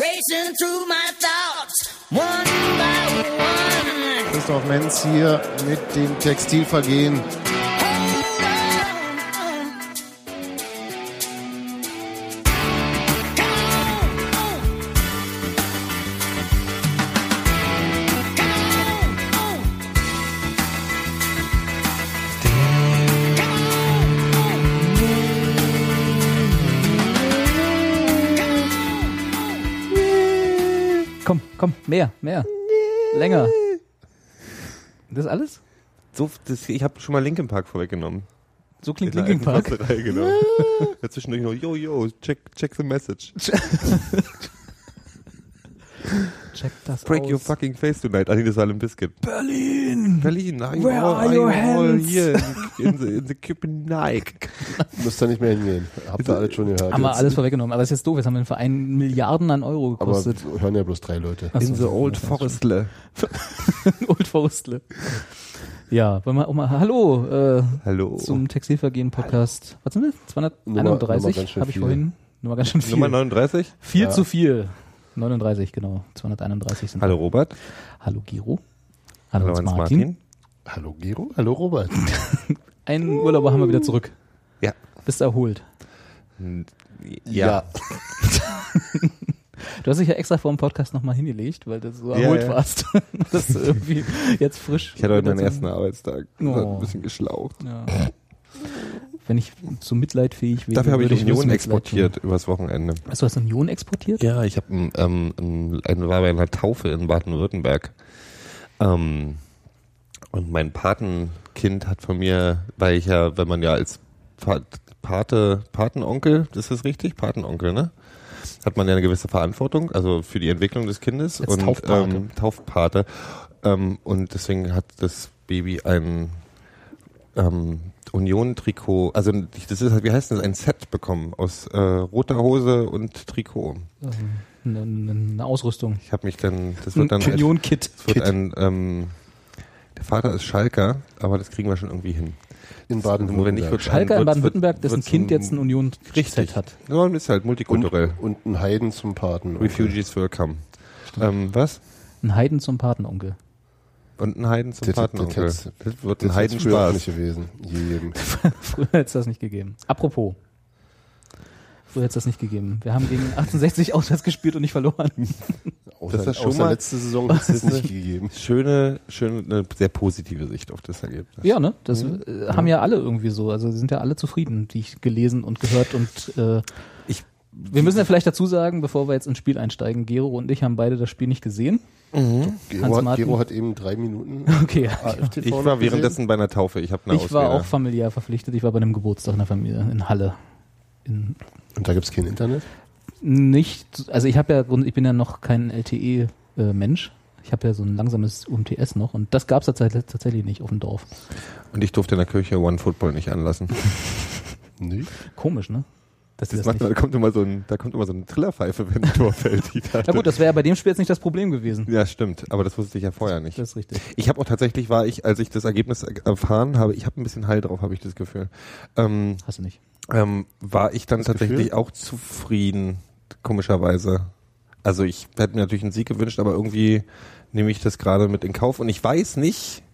racing through my thoughts, one by one. Christoph Menz hier mit dem Textilvergehen. Komm, komm, mehr, mehr. Länger. Das alles? So, das, ich habe schon mal Linkin Park vorweggenommen. So klingt In der Linkin alten Park. Bastelei, genau. Ja, Zwischendurch noch, yo, yo, check, check the message. Check das Break aus. your fucking face tonight. Ah, nee, das war Limp Bizkit. Berlin. Berlin, oh, are you Where all, are your you all hands? here in the, in the Cuban Nike? Müsst ihr nicht mehr hingehen. Habt ihr alles schon gehört. Haben wir Jetzt- alles vorweggenommen. Aber das ist jetzt doof. Jetzt haben wir den Verein Milliarden an Euro aber gekostet. hören ja bloß drei Leute. Ach so, In the old das ist forestle. schon- Old Forestle. Ja, wollen wir auch mal Hallo äh, Hallo. zum Textilvergehen-Podcast. Was sind wir? Nummer- Nummer 231 ganz schön habe ich viel. vorhin. Nummer ganz schön viel. Nummer 39. viel Ja. zu viel. 39, genau. 231 sind Hallo Robert. wir. Hallo Giro. Hallo, Hans Martin. Hallo Gero, hallo Robert. Einen Urlauber haben wir wieder zurück. Ja. Bist erholt. Martin. Ja. Ja. Du hast dich ja extra vor dem Podcast nochmal hingelegt, weil du so Ja, erholt ja. warst. Dass du irgendwie jetzt frisch. Ich hatte heute wieder meinen zum- ersten Arbeitstag. Oh. War Ein bisschen geschlaucht. Ja. Wenn ich so mitleidfähig wäre. Dafür habe ich würde Union wissen, Mitleid tun. exportiert übers Wochenende. Achso, hast du Union exportiert? Ja, ich habe ähm, ähm, ein- war bei einer Taufe in Baden-Württemberg. Ähm, und mein Patenkind hat von mir, weil ich ja, wenn man ja als Pa- Pate, Patenonkel, ist das richtig? Patenonkel, ne? Hat man ja eine gewisse Verantwortung, also für die Entwicklung des Kindes Als und Taufpate. Ähm, Taufpate. Ähm, und deswegen hat das Baby ein ähm, Union-Trikot, also das ist halt, wie heißt das, ein Set bekommen aus äh, roter Hose und Trikot. Ähm, Eine, eine Ausrüstung. Ich habe mich dann, das Ein wird dann, als, Union-Kit. das wird ein, ähm, der Vater ist Schalker, aber das kriegen wir schon irgendwie hin. In Baden-Württemberg. Schalker in wird- Baden-Württemberg, wird- dessen wird's Kind ein- jetzt ein union richtig hat. Ja, und ist halt Und, multikulturell. und ein Heiden zum Paten. Refugees welcome. Ähm, was? Ein Heiden zum Patenonkel. Und ein Heiden zum Das- das Patenonkel. hätt's- Das wird Das ein ist jetzt früher auch Heidenspaß. nicht gewesen. Jedem. Früher hätte es das nicht gegeben. Apropos. Früher hätte es das nicht gegeben. Wir haben gegen 1860 auswärts gespielt und nicht verloren. Außer, das schon außer mal- letzte Saison hat es nicht gegeben. Schöne, schöne, eine sehr positive Sicht auf das Ergebnis. Ja, ne? Das Mhm. äh, haben ja alle irgendwie so. Also sie sind ja alle zufrieden, die ich gelesen und gehört und äh, Ich- Wir müssen ja vielleicht dazu sagen, bevor wir jetzt ins Spiel einsteigen, Gero und ich haben beide das Spiel nicht gesehen. Hans Gero hat, Martin. Gero hat eben drei Minuten Okay. AfTV Ah, Ich war noch gesehen. währenddessen bei einer Taufe. Ich habe eine Ich war Ausrede. auch familiär verpflichtet. Ich war bei einem Geburtstag in der Familie in Halle. In, Und da gibt's kein Internet? nicht, also ich habe ja, ich bin ja noch kein LTE-Mensch. äh, Ich habe ja so ein langsames UMTS noch und das gab's tatsächlich, tatsächlich nicht auf dem Dorf. Und ich durfte in der Kirche One Football nicht anlassen. Nee. Komisch, ne? Dass die Das das macht, nicht. da kommt immer so ein, da kommt immer so eine Trillerpfeife, wenn ein Tor fällt. die da- Na gut, das wäre ja bei dem Spiel jetzt nicht das Problem gewesen. ja, stimmt. Aber das wusste ich ja vorher nicht. Das ist richtig. Ich habe auch tatsächlich, war ich, als ich das Ergebnis er- erfahren habe, ich habe ein bisschen Heil drauf, habe ich das Gefühl, ähm, Hast du nicht. ähm, war ich dann tatsächlich Gefühl? auch zufrieden, komischerweise. Also ich hätte mir natürlich einen Sieg gewünscht, aber irgendwie nehme ich das gerade mit in Kauf und ich weiß nicht,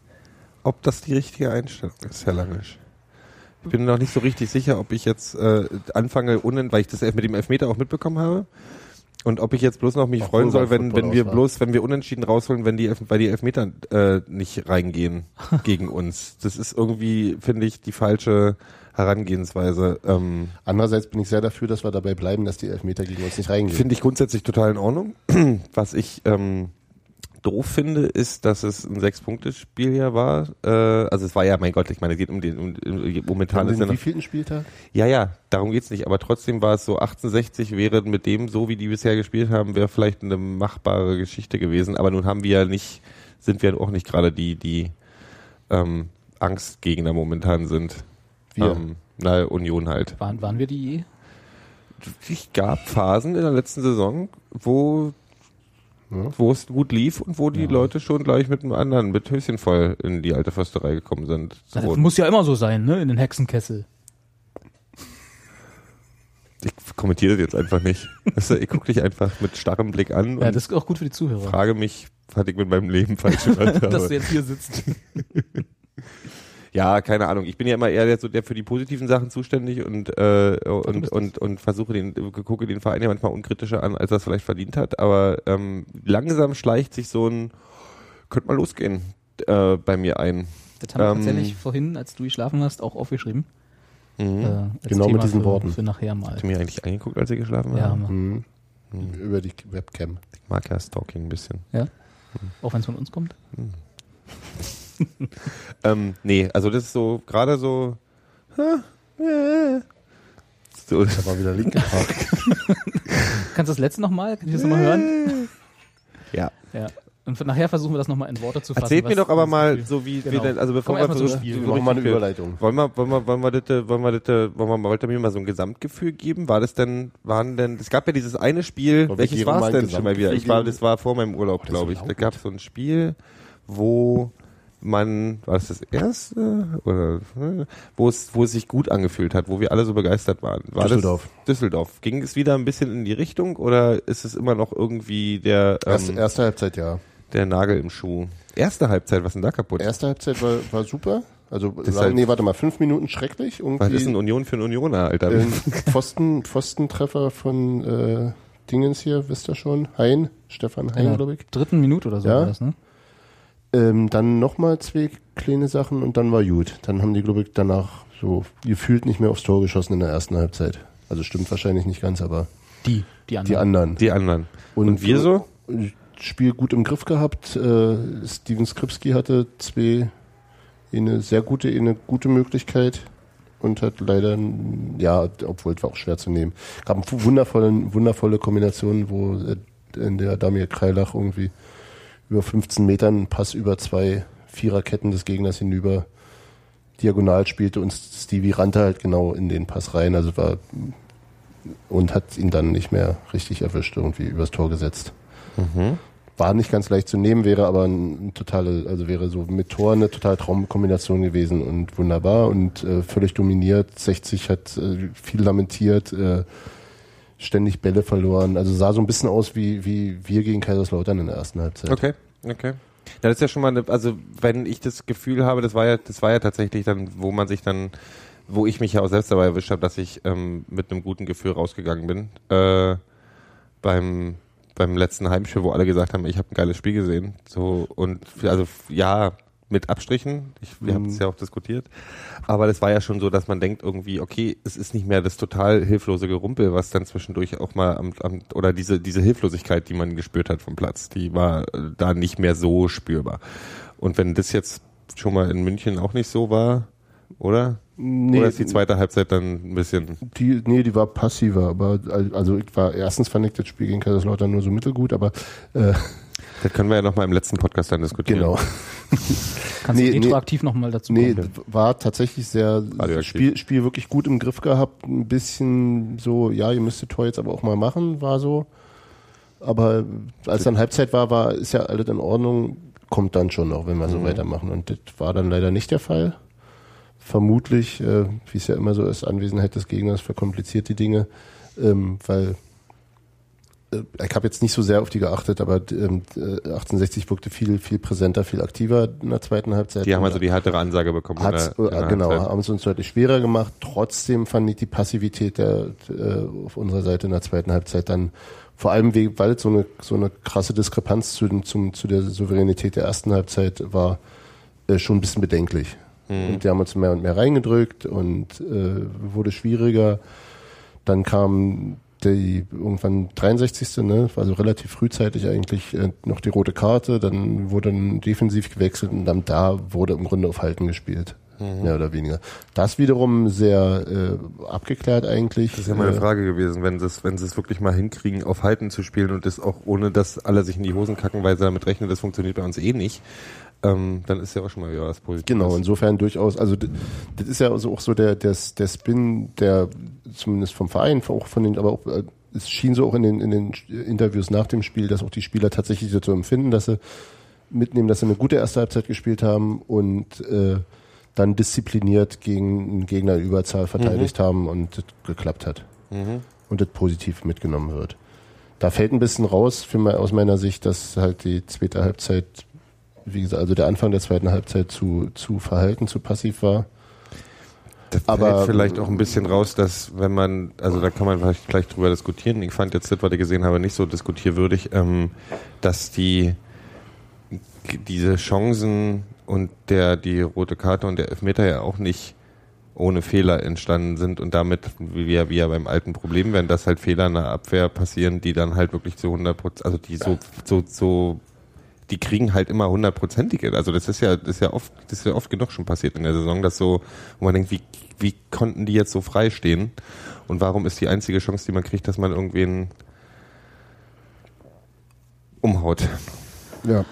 ob das die richtige Einstellung ist, Herr Langisch. Ich bin noch nicht so richtig sicher, ob ich jetzt äh, anfange, unen, weil ich das mit dem Elfmeter auch mitbekommen habe. Und ob ich jetzt bloß noch mich Obwohl freuen soll, beim wenn, Football wenn wir auswahl. bloß, wenn wir unentschieden rausholen, wenn die, Elf- weil die Elfmeter äh, nicht reingehen gegen uns. Das ist irgendwie, finde ich, die falsche Herangehensweise. Ähm, Andererseits bin ich sehr dafür, dass wir dabei bleiben, dass die Elfmeter gegen uns nicht reingehen. Finde ich grundsätzlich total in Ordnung. Was ich ähm, doof finde, ist, dass es ein Sechs-Punkte-Spiel ja war. Äh, also es war ja, mein Gott, ich meine, es geht um den, um, um, An momentan ist ja den noch, wievielten Spieltag? Ja, ja, darum geht's nicht. Aber trotzdem war es so, 1860 wäre mit dem, so wie die bisher gespielt haben, wäre vielleicht eine machbare Geschichte gewesen. Aber nun haben wir ja nicht, sind wir auch nicht gerade die, die ähm, Angstgegner momentan sind. Wir. Ähm, na, Union halt. Waren, waren wir die E je? es gab Phasen in der letzten Saison, wo Ja. wo es gut lief und wo die Ja. Leute schon gleich mit einem anderen, mit Höschen voll in die alte Försterei gekommen sind. So, Also Das muss ja immer so sein, ne? In den Hexenkessel. ich kommentiere das jetzt einfach nicht. Weißt du, ich gucke dich einfach mit starrem Blick an Ja, und das ist auch gut für die Zuhörer, frage mich, was ich mit meinem Leben falsch gemacht dass du habe. jetzt hier sitzt. Ja, keine Ahnung. Ich bin ja immer eher der, so der für die positiven Sachen zuständig und, äh, und, und, und versuche den, gucke den Verein ja manchmal unkritischer an, als er es vielleicht verdient hat. Aber ähm, langsam schleicht sich so ein, könnte mal losgehen, äh, bei mir ein. Das haben wir Ähm, tatsächlich vorhin, als du geschlafen hast, auch aufgeschrieben. Mhm. Äh, als Genau mit diesen für, Worten. Für nachher mal. Hast du mir eigentlich eingeguckt, als ihr geschlafen Ja, habt? mal. Mhm. Hm. Über die Webcam. Ich mag ja Stalking ein bisschen. auch wenn es von uns kommt. Ähm, nee, also das ist so, gerade so, äh, so, Da war wieder Link geparkt. Kannst du das letzte nochmal? Kann ich das nochmal hören? ja. Ja. Und für nachher versuchen wir das nochmal in Worte zu fassen. Erzählt mir was- doch aber was- mal, so wie Genau. wir denn, also bevor wir Kommen wir erst mal so zum spielen, Wir machen mal eine Überleitung. Wollen wir, wollen wir, wollen wir das, äh, wollen wir das, äh, wollen wir, wollt ihr mir mal so ein Gesamtgefühl geben? War das denn, waren denn, es gab ja dieses eine Spiel, Wollen wir welches jedem war mal es ein denn schon mal wieder? Gesamtgefühl Ich war, geben? das war vor meinem Urlaub, ist glaube ich. so Da gab es so ein Spiel, wo man, war das das erste? Oder, äh, wo es, wo es sich gut angefühlt hat, wo wir alle so begeistert waren. War Düsseldorf. Das Düsseldorf. Ging es wieder ein bisschen in die Richtung oder ist es immer noch irgendwie der, Erste, ähm, erste Halbzeit, ja. der Nagel im Schuh? Erste Halbzeit, was ist denn da kaputt? Erste Halbzeit war, war super. Also, ist sagen- halt- nee, warte mal, fünf Minuten schrecklich. Was Irgendwie ist denn Union für ein Unioner, Alter? ähm, Pfosten, Pfostentreffer von äh, Dingens hier, wisst ihr schon? Hein, Stefan Hein, In glaube der ich. dritten Minute oder so Ja. war das, ne? Ähm, dann nochmal zwei kleine Sachen und dann war gut. Dann haben die, glaube ich, danach so gefühlt nicht mehr aufs Tor geschossen in der ersten Halbzeit. Also stimmt wahrscheinlich nicht ganz, aber Die, die die anderen. anderen. Die anderen. Und, wir so? Spiel gut im Griff gehabt. Äh, Steven Skripski hatte zwei, eine sehr gute, eine gute Möglichkeit und hat leider, n- ja, obwohl es war auch schwer zu nehmen. Gab fu- wundervolle, wundervolle Kombinationen, wo äh, in der Damir Kreilach irgendwie über 15 Metern einen Pass über zwei Viererketten des Gegners hinüber diagonal spielte und Stevie rannte halt genau in den Pass rein, also war und hat ihn dann nicht mehr richtig erwischt, irgendwie übers Tor gesetzt. War nicht ganz leicht zu nehmen, wäre aber ein totale, also wäre so mit Tor eine total Traumkombination gewesen und wunderbar und äh, völlig dominiert. 60 hat äh, viel lamentiert, äh, ständig Bälle verloren. Also sah so ein bisschen aus wie, wie wir gegen Kaiserslautern in der ersten Halbzeit. Okay, okay. Ja, Das ist ja schon mal, eine, also wenn ich das Gefühl habe, das war ja, das war ja tatsächlich dann, wo man sich dann, wo ich mich ja auch selbst dabei erwischt habe, dass ich ähm, mit einem guten Gefühl rausgegangen bin. Äh, beim beim letzten Heimspiel, wo alle gesagt haben, ich habe ein geiles Spiel gesehen. So und also ja, mit Abstrichen. Ich, wir haben es ja auch diskutiert. Aber das war ja schon so, dass man denkt irgendwie, okay, es ist nicht mehr das total hilflose Gerumpel, was dann zwischendurch auch mal am, am oder diese diese Hilflosigkeit, die man gespürt hat vom Platz, die war äh, da nicht mehr so spürbar. Und wenn das jetzt schon mal in München auch nicht so war, oder? Nee, oder ist die zweite Halbzeit dann ein bisschen Die, nee, die war passiver, aber al- also ich war erstens fand ich das Spiel gegen Kaiserslautern nur so mittelgut, aber äh, Das können wir ja noch mal im letzten Podcast dann diskutieren. genau. Kannst Nee, du nee. retroaktiv noch nochmal dazu Nee, kommen? d- war tatsächlich sehr Radioaktiv. Spiel, Spiel wirklich gut im Griff gehabt, ein bisschen so, ja, ihr müsst das Tor jetzt aber auch mal machen, war so. Aber als dann Halbzeit war, war ist ja alles in Ordnung, kommt dann schon noch, wenn wir Mhm. so weitermachen und das war dann leider nicht der Fall. Vermutlich, äh, wie es ja immer so ist, Anwesenheit des Gegners verkompliziert die Dinge, ähm, weil äh, ich habe jetzt nicht so sehr auf die geachtet, aber ähm, äh, 1860 wirkte viel, viel präsenter, viel aktiver in der zweiten Halbzeit. Die haben Und also die härtere Ansage bekommen. in Hat's, der- in äh, der genau, Halbzeit. haben es uns deutlich schwerer gemacht. Trotzdem fand ich die Passivität der, äh, auf unserer Seite in der zweiten Halbzeit dann, vor allem we- weil es so eine, so eine krasse Diskrepanz zu, den- zum, zu der Souveränität der ersten Halbzeit war, äh, schon ein bisschen bedenklich. Mhm. Und die haben uns mehr und mehr reingedrückt und äh, wurde schwieriger. Dann kam die irgendwann 63. Ne, also relativ frühzeitig eigentlich äh, noch die rote Karte, dann wurde dann defensiv gewechselt und dann da wurde im Grunde auf Halten gespielt. Mhm. Mehr oder weniger. Das wiederum sehr äh, abgeklärt eigentlich. Das ist ja meine Äh, Frage gewesen, wenn sie es, wenn sie es wirklich mal hinkriegen, auf Halten zu spielen und das auch ohne, dass alle sich in die Hosen kacken, weil sie damit rechnen, das funktioniert bei uns eh nicht, ähm, dann ist ja auch schon mal wieder was Positives. Genau, insofern durchaus. Also d- das ist ja also auch so der, der, der Spin, der zumindest vom Verein, auch von den, aber auch, äh, es schien so auch in den, in den Interviews nach dem Spiel, dass auch die Spieler tatsächlich dazu empfinden, dass sie mitnehmen, dass sie eine gute erste Halbzeit gespielt haben und äh, dann diszipliniert gegen einen Gegner in Überzahl verteidigt haben und das geklappt hat. und das positiv mitgenommen wird. Da fällt ein bisschen raus für mal aus meiner Sicht, dass halt die zweite Halbzeit, wie gesagt, also der Anfang der zweiten Halbzeit zu, zu verhalten, zu passiv war. Da Aber- fällt vielleicht auch ein bisschen raus, dass wenn man, also da kann man vielleicht gleich drüber diskutieren. Ich fand jetzt das, was ich gesehen habe, nicht so diskutierwürdig, ähm, dass die diese Chancen und der die rote Karte und der Elfmeter ja auch nicht ohne Fehler entstanden sind und damit wie wir, wie ja beim alten Problem wären, dass halt Fehler in der Abwehr passieren, die dann halt wirklich zu 100 Prozent, also die so, so, so, die kriegen halt immer hundertprozentige. Also das ist ja, das ist ja oft, das ist ja oft genug schon passiert in der Saison, dass so, wo man denkt, wie, wie konnten die jetzt so frei stehen? Und warum ist die einzige Chance, die man kriegt, dass man irgendwen umhaut? Ja.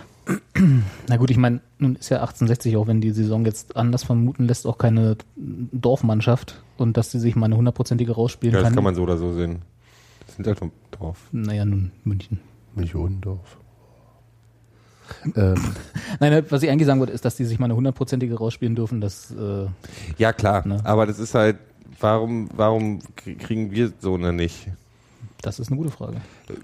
Na gut, ich meine, nun ist ja 1860, auch wenn die Saison jetzt anders vermuten lässt, auch keine Dorfmannschaft und dass sie sich mal eine hundertprozentige rausspielen Ja, das kann. kann man so oder so sehen. Das sind halt vom Dorf. naja, nun, München. Millionendorf. Ähm, Nein, nein, was ich eigentlich sagen wollte, ist, dass die sich mal eine hundertprozentige rausspielen dürfen. Das, äh, Ja, klar. Ne? Aber das ist halt, warum, warum krie- kriegen wir so eine nicht? das ist eine gute Frage.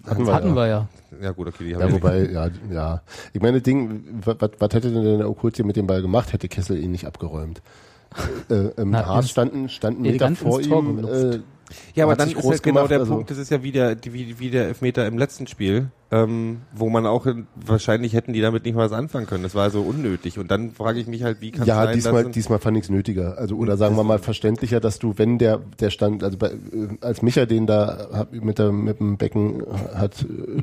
hatten wir, Hatten ja. wir ja. Ja, gut, okay, die haben Ja, wir wobei, ja, ja. Ich meine, das Ding, was, was hätte denn der Okulti mit dem Ball gemacht, hätte Kessel ihn nicht abgeräumt? Äh, ähm, Na, Haas ins- standen, standen Meter elegant vor ins Tor ihm. gelupft. Äh, nicht. ja aber hat dann sich ist groß halt genau gemacht, der also- Punkt, das ist ja wie der, die- wie, wie der Elfmeter im letzten Spiel, ähm, wo man auch, wahrscheinlich hätten die damit nicht mal was anfangen können. Das war so unnötig. Und dann frage ich mich halt, wie kann ja, sein, diesmal, dass... diesmal fand ich es nötiger. Also, oder sagen wir mal verständlicher, dass du, wenn der, der stand, also bei, äh, als Micha den da hab, mit, der, mit dem Becken hat äh,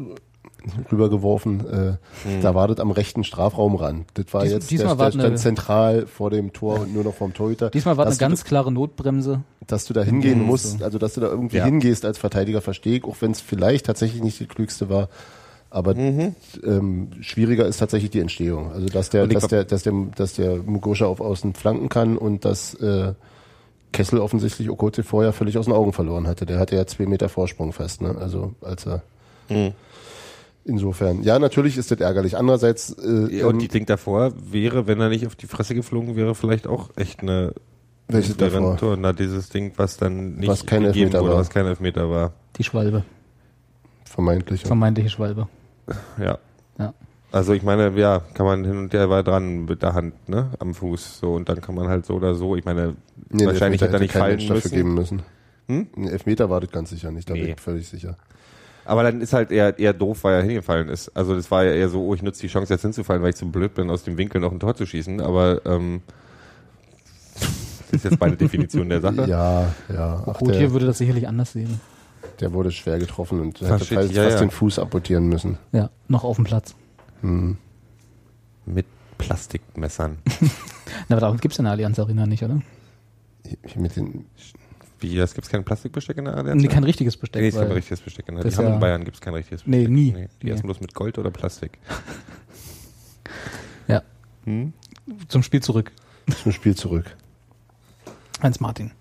rübergeworfen, Hm. äh, da war das am rechten Strafraum ran. Das war Dies- jetzt, diesmal der, war der es stand eine- zentral vor dem Tor und nur noch vom Torhüter. Diesmal war Dass eine du ganz klare Notbremse. dass du da hingehen Ja, musst, so. also dass du da irgendwie Ja. hingehst als Verteidiger, verstehe ich, auch wenn es vielleicht tatsächlich nicht die klügste war. Aber ähm, schwieriger ist tatsächlich die Entstehung. Also dass der, Mhm. Und ich dass glaub- der, dass der, dass der Mugosha auf außen flanken kann und dass äh, Kessel offensichtlich Okote vorher völlig aus den Augen verloren hatte. Der hatte ja zwei Meter Vorsprung fast, ne? Also als er Mhm. insofern. Ja, natürlich ist das ärgerlich. Andererseits äh, Ja, und ähm, die Ding davor wäre, wenn er nicht auf die Fresse geflogen wäre, vielleicht auch echt eine welches wäre ein davor? Tor. Na, dieses Ding, was dann nicht Was kein Elfmeter wurde, war. was kein Elfmeter war. Die Schwalbe. Vermeintlich. ja. Vermeintliche Schwalbe. Ja. Ja. Also ich meine, ja, kann man hin und her war dran mit der Hand, ne, am Fuß so und dann kann man halt so oder so. Ich meine, Nee, den wahrscheinlich Elfmeter hätte er nicht kein fallen Mensch dafür müssen. geben müssen. Hm? Ein Elfmeter war das ganz sicher nicht, da bin Nee. ich völlig sicher. Aber dann ist halt eher eher doof, weil er hingefallen ist. Also das war ja eher so, oh, ich nutze die Chance jetzt hinzufallen, weil ich zu blöd bin, aus dem Winkel noch ein Tor zu schießen. Aber ähm, das ist jetzt meine Definition der Sache. Ja, ja. Ach, Rot hier der, würde das sicherlich anders sehen. der wurde schwer getroffen und hätte Versteht, fast, ja, fast ja. den Fuß amputieren müssen. Ja, noch auf dem Platz. Mit Plastikmessern, Na, aber darum gibt's in der Allianz Arena nicht, oder? Ich- Mit den, wie das gibt's kein Plastikbesteck in der Allianz? Nee, kein richtiges Besteck. Nee, es gibt weil- kein richtiges Besteck in der das Die haben ja- in Bayern gibt's kein richtiges Nee, Besteck. nie. Die Nee. essen bloß mit Gold oder Plastik. ja. Hm? Zum Spiel zurück. zum Spiel zurück. Heinz Martin.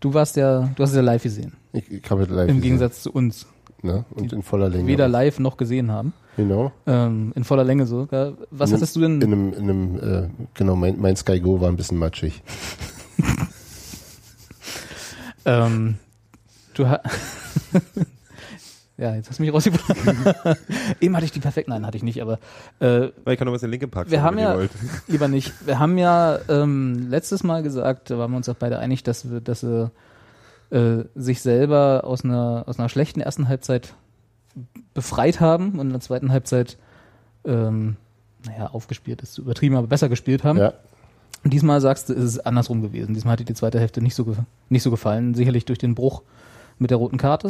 Du warst ja, du hast es ja live gesehen. Ich, ich habe das live Im gesehen, Gegensatz zu uns. Ne? Und in voller Länge. Weder live noch gesehen haben. Genau. Ähm, in voller Länge sogar. Was In- hattest du denn? In einem, in einem äh, genau, mein, mein Sky Go war ein bisschen matschig. Ähm, du ha Ja, jetzt hast du mich rausgebracht. Eben hatte ich die perfekt. Nein, hatte ich nicht, aber äh, Weil ich kann noch was in den Linken packen, Wir haben wenn ihr ja- wollt. lieber nicht. Wir haben ja ähm, letztes Mal gesagt, da waren wir uns auch beide einig, dass wir, dass sie äh, sich selber aus einer aus einer schlechten ersten Halbzeit befreit haben und in der zweiten Halbzeit ähm, naja, aufgespielt ist zu übertrieben, aber besser gespielt haben. Ja. Und Diesmal sagst du, ist es andersrum gewesen. Diesmal hat dir die zweite Hälfte nicht so, ge nicht so gefallen. Sicherlich durch den Bruch mit der roten Karte,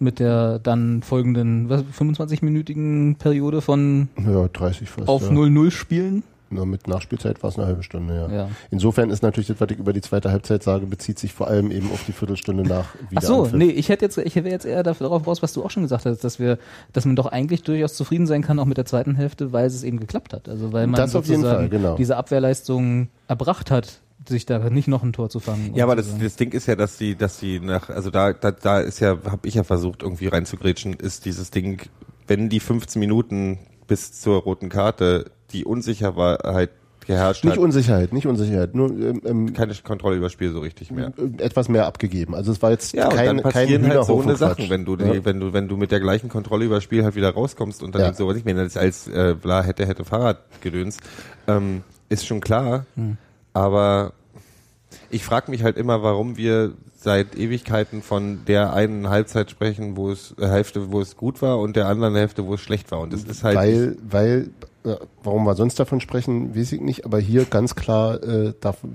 mit der dann folgenden was, 25-minütigen Periode von ja, 30 fast. auf ja. 0-0 spielen. Na, mit Nachspielzeit war es eine halbe Stunde, ja. Ja. Insofern ist natürlich das, was ich über die zweite Halbzeit sage, bezieht sich vor allem eben auf die Viertelstunde nach Ach wieder so, Anpfiff. nee, ich hätte jetzt, ich wäre jetzt eher dafür darauf raus, was du auch schon gesagt hast, dass wir, dass man doch eigentlich durchaus zufrieden sein kann, auch mit der zweiten Hälfte, weil es eben geklappt hat. Also weil man Das auf jeden sozusagen Fall, genau. diese Abwehrleistung erbracht hat, sich da nicht noch ein Tor zu fangen. Ja, aber das, sozusagen. das Ding ist ja, dass die, dass die nach, also da, da, da ist ja, habe ich ja versucht irgendwie reinzugrätschen, ist dieses Ding, wenn die 15 Minuten bis zur roten Karte die Unsicherheit geherrscht Nicht hat. Unsicherheit, nicht Unsicherheit, nur ähm, ähm, Keine Kontrolle über das Spiel so richtig mehr. äh, etwas mehr abgegeben. Also es war jetzt Ja, und kein, dann kein passieren halt so Hühnerhaufen eine Quatsch. Sachen, wenn du, die, ja. wenn du, wenn du mit der gleichen Kontrolle über das Spiel halt wieder rauskommst und dann Ja. eben sowas nicht mehr, das ist als äh, bla hätte, hätte Fahrrad gedöns, ähm, ist schon klar, Hm. aber ich frage mich halt immer, warum wir seit Ewigkeiten von der einen Halbzeit sprechen, wo es äh, Hälfte, wo es gut war und der anderen Hälfte, wo es schlecht war. Und das ist halt weil, weil, äh, warum wir sonst davon sprechen, weiß ich nicht, aber hier ganz klar, äh, darf, äh,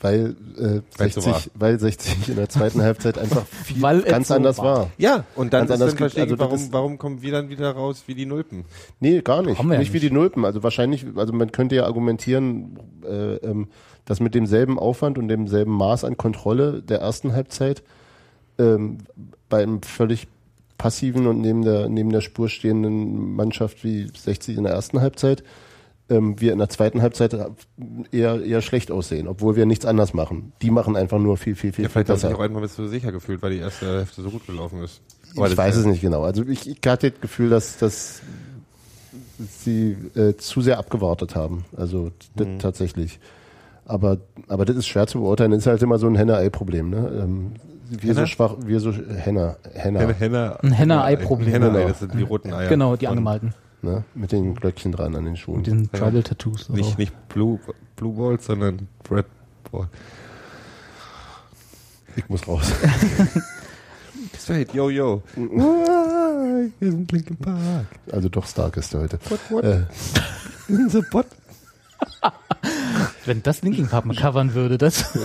weil, äh, Weil's so 60, weil 60 in der zweiten Halbzeit einfach viel Weil es ganz so anders war. war. ja, und dann Ganz ist anders dann gibt- verstehe ich, also das warum, ist- warum kommen wir dann wieder raus wie die Nulpen? Nee, gar nicht. Haben wir ja nicht wie nicht. die Nulpen. Also wahrscheinlich, also man könnte ja argumentieren, äh, ähm, dass mit demselben Aufwand und demselben Maß an Kontrolle der ersten Halbzeit ähm, bei einem völlig passiven und neben der, neben der Spur stehenden Mannschaft wie 60 in der ersten Halbzeit ähm, wir in der zweiten Halbzeit eher, eher schlecht aussehen, obwohl wir nichts anders machen. Die machen einfach nur viel, viel, viel, Ja, viel vielleicht haben sie besser. sich auch einmal ein bisschen sicher gefühlt, weil die erste Hälfte so gut gelaufen ist. Aber Ich das- weiß es nicht genau. Also ich, ich hatte das Gefühl, dass, dass sie äh, zu sehr abgewartet haben. Also d- tatsächlich. Aber, aber das ist schwer zu beurteilen. Das ist halt immer so ein Henne-Ei-Problem. Ne? Ähm, wir Henne? so schwach, wir so sch- Henna, Henna, Henne- Henna, Ein Henna-Ei-Problem. Henna-Ei, Genau. das sind die roten Eier. Genau, die Von- angemalten. ne? mit den Glöckchen dran an den Schuhen. Mit diesen Tribal-Tattoos. oder Nicht, so. nicht Blue, Blue Balls, sondern Red Ball. Ich muss raus. Straight, yo, yo. Why? Wir sind Linkin Park. Also doch Stark ist heute. What, what? Äh, In the bot. Wenn das Linkin Park mal covern würde, das.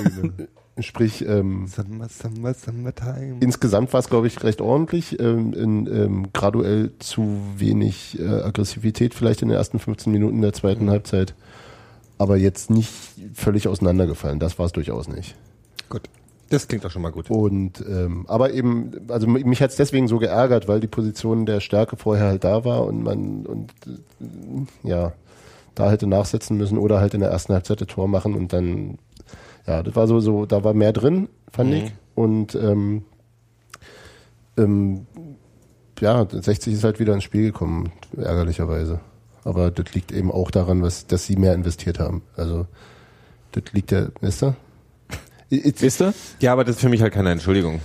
sprich, ähm, Summer, summer, summertime. insgesamt war es, glaube ich, recht ordentlich. Ähm, in, ähm, graduell zu wenig äh, Aggressivität vielleicht in den ersten 15 Minuten der zweiten Halbzeit. Aber jetzt nicht völlig auseinandergefallen. Das war es durchaus nicht. Gut. Das klingt doch schon mal gut. Oh. Und ähm, aber eben, also m- mich hat es deswegen so geärgert, weil die Position der Stärke vorher halt da war und man und äh, ja da hätte nachsetzen müssen oder halt in der ersten Halbzeit das Tor machen und dann ja, das war so so, da war mehr drin, fand Mhm. ich und ähm, ähm, ja, 60 ist halt wieder ins Spiel gekommen, ärgerlicherweise. Aber das liegt eben auch daran, was, dass sie mehr investiert haben. Also das liegt ja, wisst ihr? Ist, Wisst ihr? Ja, aber das ist für mich halt keine Entschuldigung.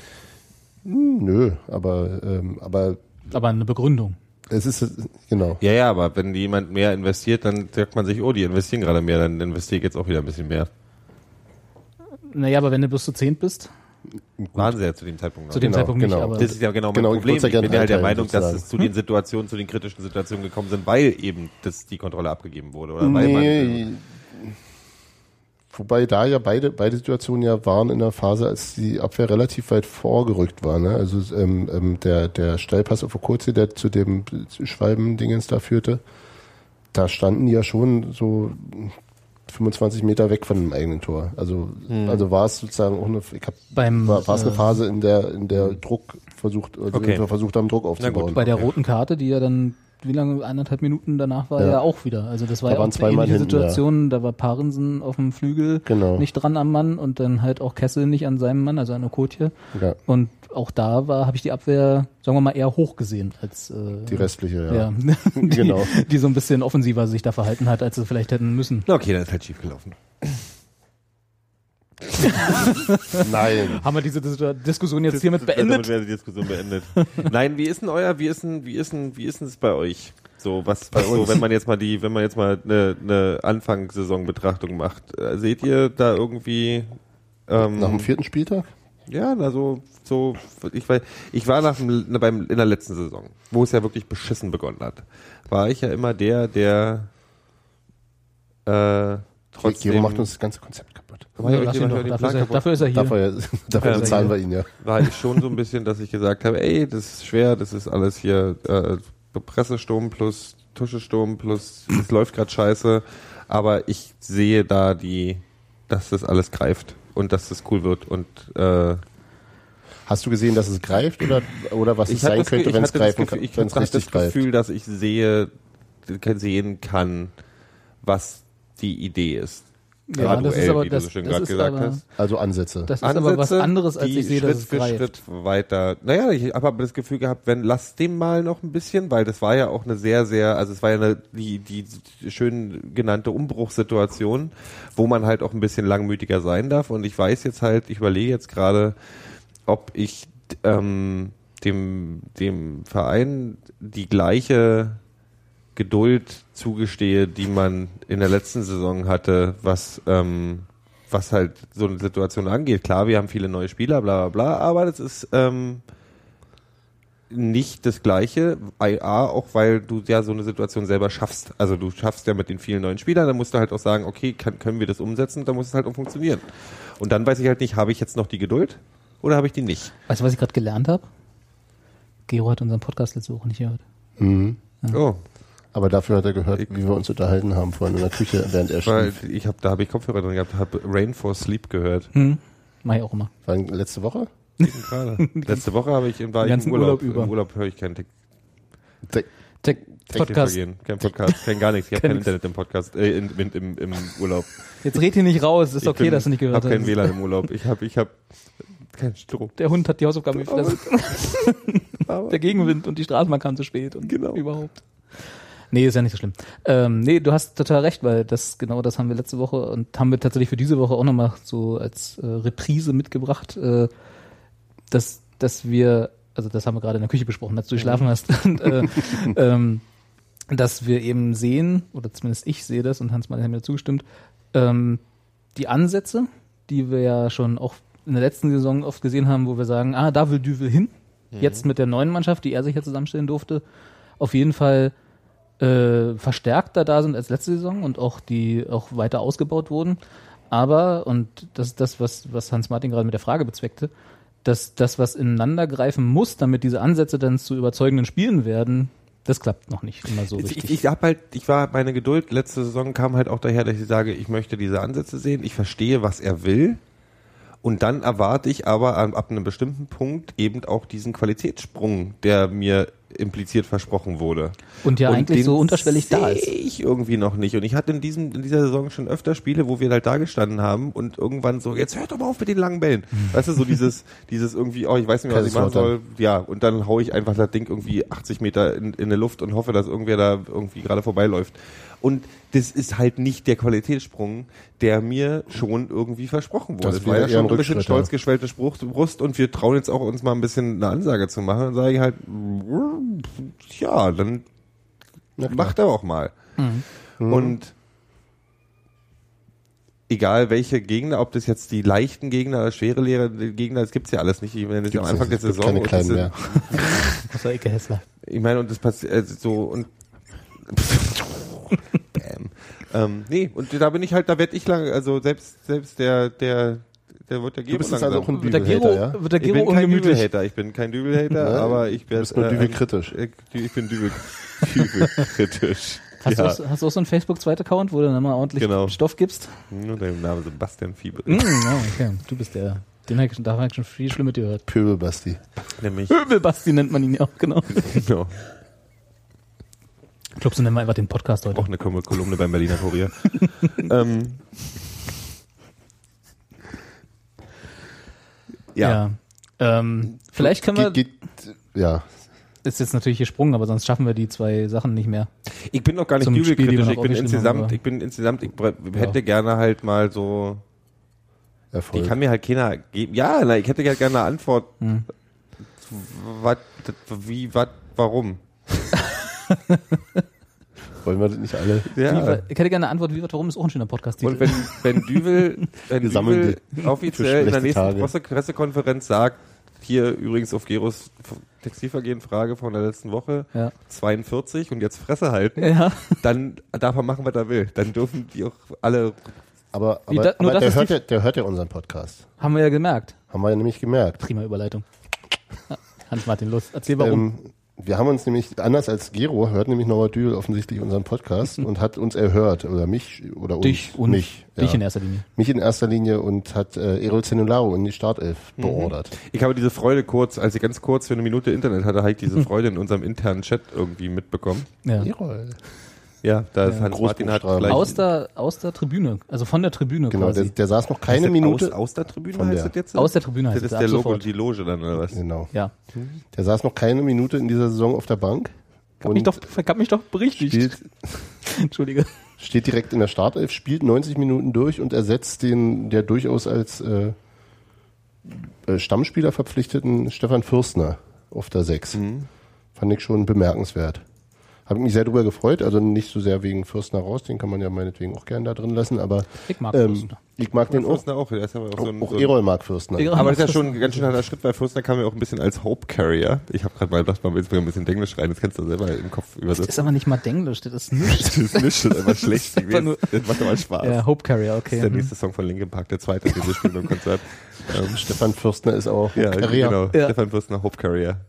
Nö, aber, ähm, aber Aber eine Begründung. es ist, genau. Ja, ja, aber wenn jemand mehr investiert, dann sagt man sich, oh, die investieren gerade mehr, dann investiere ich jetzt auch wieder ein bisschen mehr. Naja, aber wenn du bloß zu zehn bist, Waren sie ja zu dem Zeitpunkt noch. zu dem Genau, Zeitpunkt nicht, genau. aber Das ist ja genau mein Genau, ich Problem. Ich, wollte's ja gerne bin ja halt der einteilen, Meinung, dass sozusagen. es zu den Situationen, zu den kritischen Situationen gekommen sind, weil eben das die Kontrolle abgegeben wurde. Oder weil man, äh, Nee, wobei da ja beide, beide Situationen ja waren in der Phase, als die Abwehr relativ weit vorgerückt war. Ne? Also es, ähm, ähm, der, der Steilpass auf Okozi, der zu dem Schwalben-Dingens da führte, da standen die ja schon so 25 Meter weg von dem eigenen Tor. Also, Hm. also war es sozusagen auch eine, ich hab, beim, war, war es eine äh, Phase, in der, in der Druck versucht, also Okay. in der versucht haben, Druck aufzubauen. bei der roten Karte, die ja dann wie lange anderthalb Minuten danach war ja, Ja. auch wieder. Also das war Da ja waren auch eine zweimal ähnliche hinten, Situation. Da war Parensen auf dem Flügel Genau. nicht dran am Mann und dann halt auch Kessel nicht an seinem Mann, also an Okotje. ja. Und auch da war, habe ich die Abwehr, sagen wir mal, eher hoch gesehen als äh, Die restliche, ja. ja, die, Genau. die so ein bisschen offensiver sich da verhalten hat, als sie vielleicht hätten müssen. Na okay, dann ist halt schief gelaufen. Nein. Haben wir diese Dis- Diskussion jetzt hiermit Damit beendet? wäre die Diskussion beendet. Nein, wie ist denn euer, wie ist denn, wie ist denn, wie ist denn es bei euch? So, was, was so, wenn man jetzt mal die, wenn man jetzt mal eine, eine Anfangssaisonbetrachtung macht, äh, seht ihr da irgendwie, ähm, Nach dem vierten Spieltag? ja, na so, so, ich war, ich war nach dem, na, beim, in der letzten Saison, wo es ja wirklich beschissen begonnen hat, war ich ja immer der, der, äh, trotzdem. Gero macht uns das ganze Konzept kaputt. War ich euch- Lass ihn war ich doch, euch den dafür, ist Plan er, kaputt? dafür ist er hier. Dafür, dafür Ja, bezahlen ja. wir ihn ja. war ich schon so ein bisschen, dass ich gesagt habe, ey, das ist schwer, das ist alles hier äh, Pressesturm plus Tuschesturm plus es läuft gerade scheiße, aber ich sehe da die, dass das alles greift und dass das cool wird und äh, Hast du gesehen, dass es greift oder, oder was es sein das Ge- könnte, wenn es hatte das greifen Gefühl- kann, ich wenn es hatte richtig das greift? Gefühl, dass ich sehe, sehen kann, was die Idee ist. Ja, das ist aber, wie das, du so schön das gerade ist gesagt aber, hast. Also Ansätze. Das ist aber was anderes, als die ich sehe, Schritt dass es für greift. Schritt weiter. Naja, ich habe aber das Gefühl gehabt, wenn lasst dem mal noch ein bisschen, weil das war ja auch eine sehr, sehr, also es war ja eine, die, die schön genannte Umbruchssituation, wo man halt auch ein bisschen langmütiger sein darf. Und ich weiß jetzt halt, ich überlege jetzt gerade, ob ich ähm, dem, dem Verein die gleiche Geduld zugestehe, die man in der letzten Saison hatte, was, ähm, was halt so eine Situation angeht. Klar, wir haben viele neue Spieler, bla bla bla, aber das ist ähm, nicht das Gleiche. IA, auch weil du ja so eine Situation selber schaffst. Also du schaffst ja mit den vielen neuen Spielern, dann musst du halt auch sagen, okay, kann, können wir das umsetzen, dann muss es halt auch funktionieren. Und dann weiß ich halt nicht, habe ich jetzt noch die Geduld oder habe ich die nicht? Weißt du, was ich gerade gelernt habe? Gero hat unseren Podcast letzte Woche nicht gehört. Oh, Aber dafür hat er gehört, wie wir uns unterhalten haben vorhin in der Küche, während er weil schlief. ich hab, da habe ich Kopfhörer drin gehabt, habe Rain for Sleep gehört. Hm. Mach ich auch immer. War letzte Woche? Gerade. Letzte Woche habe ich, war Den ich ganzen im Urlaub. Urlaub über. Im Urlaub höre ich keinen Tick. Tech, Podcast. Technikvergehen, kein Podcast, kein gar nichts. Ich habe Kein kein nix. Internet im Podcast, äh, in, in, im, im Urlaub. Jetzt red hier nicht raus. Ist Ich okay, bin- dass du nicht gehört hab kein hast. WLAN im Urlaub. Ich habe, ich habe kein Strom. Der Hund hat die Hausaufgaben gefressen. Aber Der Gegenwind und die Straßenbahn kam zu spät und Genau. überhaupt. Nee, ist ja nicht so schlimm. Ähm, nee, du hast total recht, weil das genau das haben wir letzte Woche und haben wir tatsächlich für diese Woche auch nochmal so als äh, Reprise mitgebracht, äh, dass, dass wir, also das haben wir gerade in der Küche besprochen, als du geschlafen hast, und, äh, ähm, dass wir eben sehen, oder zumindest ich sehe das und Hans-Martin hat mir zugestimmt, ähm, die Ansätze, die wir ja schon auch in der letzten Saison oft gesehen haben, wo wir sagen, ah, da will Düvel hin. Mhm. Jetzt mit der neuen Mannschaft, die er sich ja zusammenstellen durfte, auf jeden Fall äh, verstärkter da sind als letzte Saison und auch die auch weiter ausgebaut wurden. Aber, und das ist das, was, was Hans Martin gerade mit der Frage bezweckte, dass das, was ineinander greifen muss, damit diese Ansätze dann zu überzeugenden Spielen werden, das klappt noch nicht immer so ich, richtig. ich, ich hab halt, ich war meine Geduld letzte Saison kam halt auch daher, dass ich sage, ich möchte diese Ansätze sehen, ich verstehe, was er will. Und dann erwarte ich aber ab, ab einem bestimmten Punkt eben auch diesen Qualitätssprung, der mir impliziert versprochen wurde. und ja Und eigentlich den so unterschwellig da seh ist. ich irgendwie noch nicht. Und ich hatte in, diesem, in dieser Saison schon öfter Spiele, wo wir halt da gestanden haben und irgendwann so, jetzt hört doch mal auf mit den langen Bällen. Mhm. Weißt du, so dieses, dieses irgendwie, oh, ich weiß nicht mehr, was ich machen soll. Ja, und dann hau ich einfach das Ding irgendwie 80 Meter in, in die Luft und hoffe, dass irgendwer da irgendwie gerade vorbeiläuft. Und das ist halt nicht der Qualitätssprung, der mir schon irgendwie versprochen wurde. Das Das war wäre ja eher ein schon ein bisschen Rückschritt, stolz ja. geschwellte Spruch- Brust und wir trauen jetzt auch uns mal ein bisschen eine Ansage zu machen. Dann sage ich halt, ja, dann macht er auch mal. Mhm. Und egal welche Gegner, ob das jetzt die leichten Gegner oder schwere Lehrer, die Gegner, das gibt's ja alles nicht. Ich meine, das ist am Anfang Gibt's nicht. der Es gibt Saison. keine und kleinen das ist- mehr. Außer Ecke Hessler. ich meine, und das passiert äh, so und Bäm. Ähm, nee, und da bin ich halt, da werd ich lange, also selbst selbst der der der wird der Du Gero bist jetzt langsam. also auch ein Wird der Gero, Dübel-Hater, ja? wird der ich Gero bin kein ungemütlich. Dübel-Hater, ich bin kein Dübel-Hater, Ja, aber ich Du werde bist nur Dübel-kritisch. äh, ich bin Dübel Dübel-kritisch. Hast, ja, du, hast du auch so einen Facebook-Zweit-Account, wo du dann mal ordentlich Genau. Stoff gibst? nur der Name Sebastian Fiebel. Mm, ja, okay. Du bist der. Den hab ich, da habe ich schon viel Schlimmes gehört. Pöbel-Basti. Nämlich Pöbelbasti nennt man ihn ja auch, genau. genau, Ich glaube, so nennen wir einfach den Podcast heute. auch eine Kol- Kolumne beim Berliner Kurier. ähm, ja. Ähm, vielleicht können wir, Geht, geht, ja, ist jetzt natürlich hier Sprung, aber sonst schaffen wir die zwei Sachen nicht mehr. Ich bin noch gar nicht Zum Spiel, die wir jubelkritisch, noch ich bin aufgeschrieben haben, insgesamt, oder? ich bin insgesamt, ich bre- hätte gerne halt mal so, Erfolg. ich kann mir halt keiner geben, ja, na, ich hätte halt gerne eine Antwort, Hm. was, wie, was, warum? Wollen wir das nicht alle? Wie Ja. wir- ich hätte gerne eine Antwort, wie wird, warum ist auch ein schöner Und Podcast-Titel. wenn, wenn Düvel, wenn Wir sammeln Düvel für offiziell in der schlechte nächsten Tage. Presse- Pressekonferenz sagt, hier übrigens auf Geros Textilvergehen Frage von der letzten Woche, Ja. 42 und jetzt Fresse halten, Ja. dann darf er machen, was er will. Dann dürfen die auch alle Aber, Wie aber, da- nur das aber der, ist hört die- ja, der hört ja unseren Podcast. Haben wir ja gemerkt. Haben wir ja nämlich gemerkt. Prima Überleitung. Ja, Hans-Martin, los, erzähl warum. Ähm, wir haben uns nämlich, anders als Gero, hört nämlich Norbert Dübel offensichtlich unseren Podcast und hat uns erhört. Oder mich oder uns. Mhm. dich und mich. Ja. dich in erster Linie. mich in erster Linie und hat äh, Erol Zenularo in die Startelf Mhm. beordert. Ich habe diese Freude kurz, als ich ganz kurz für eine Minute Internet hatte, habe ich diese Freude in unserem internen Chat irgendwie mitbekommen. Ja. Erol. Ja, da ist Hans Martin hat Großbuchstaben. gleich Aus der, aus der Tribüne, also von der Tribüne Genau, der, quasi. der saß noch Heißt keine das Minute. Aus, aus der Tribüne Von heißt der. das jetzt? Aus der Tribüne heißt Das ist es, der ab Logo sofort. und die Loge dann, oder was? Genau. Ja. Der saß noch keine Minute in dieser Saison auf der Bank. Hab mich doch, hab mich doch berichtigt. spielt, Entschuldige. steht direkt in der Startelf, spielt 90 Minuten durch und ersetzt den, der durchaus als äh, äh, Stammspieler verpflichteten Stefan Fürstner auf der 6. Mhm. Fand ich schon bemerkenswert. Habe mich sehr darüber gefreut, also nicht so sehr wegen Fürstner raus, den kann man ja meinetwegen auch gerne da drin lassen, aber Ich mag ähm, Fürstner. ich mag den auch. Fürstner auch, der ist aber auch so ein, Auch so ein Erol mag Fürstner. Erol- aber das ist ja schon ein ganz schön harter Schritt, weil Fürstner kam ja auch ein bisschen als Hope Carrier. Ich habe gerade mal gedacht, man will jetzt wieder ein bisschen Englisch rein, das kannst du selber im Kopf Das ist übersetzen. aber nicht mal Denglisch, das ist nichts. Das ist nicht, das ist einfach schlecht einfach gewesen. nur- Das macht aber Spaß. Ja, Hope Carrier, Das okay. ist der Mhm. nächste Song von Linkin Park, der zweite, den wir spielen beim Konzert. Ähm, Stefan Fürstner ist auch ja, genau. Karriere. Ja. Stefan Fürstner, Hope Carrier.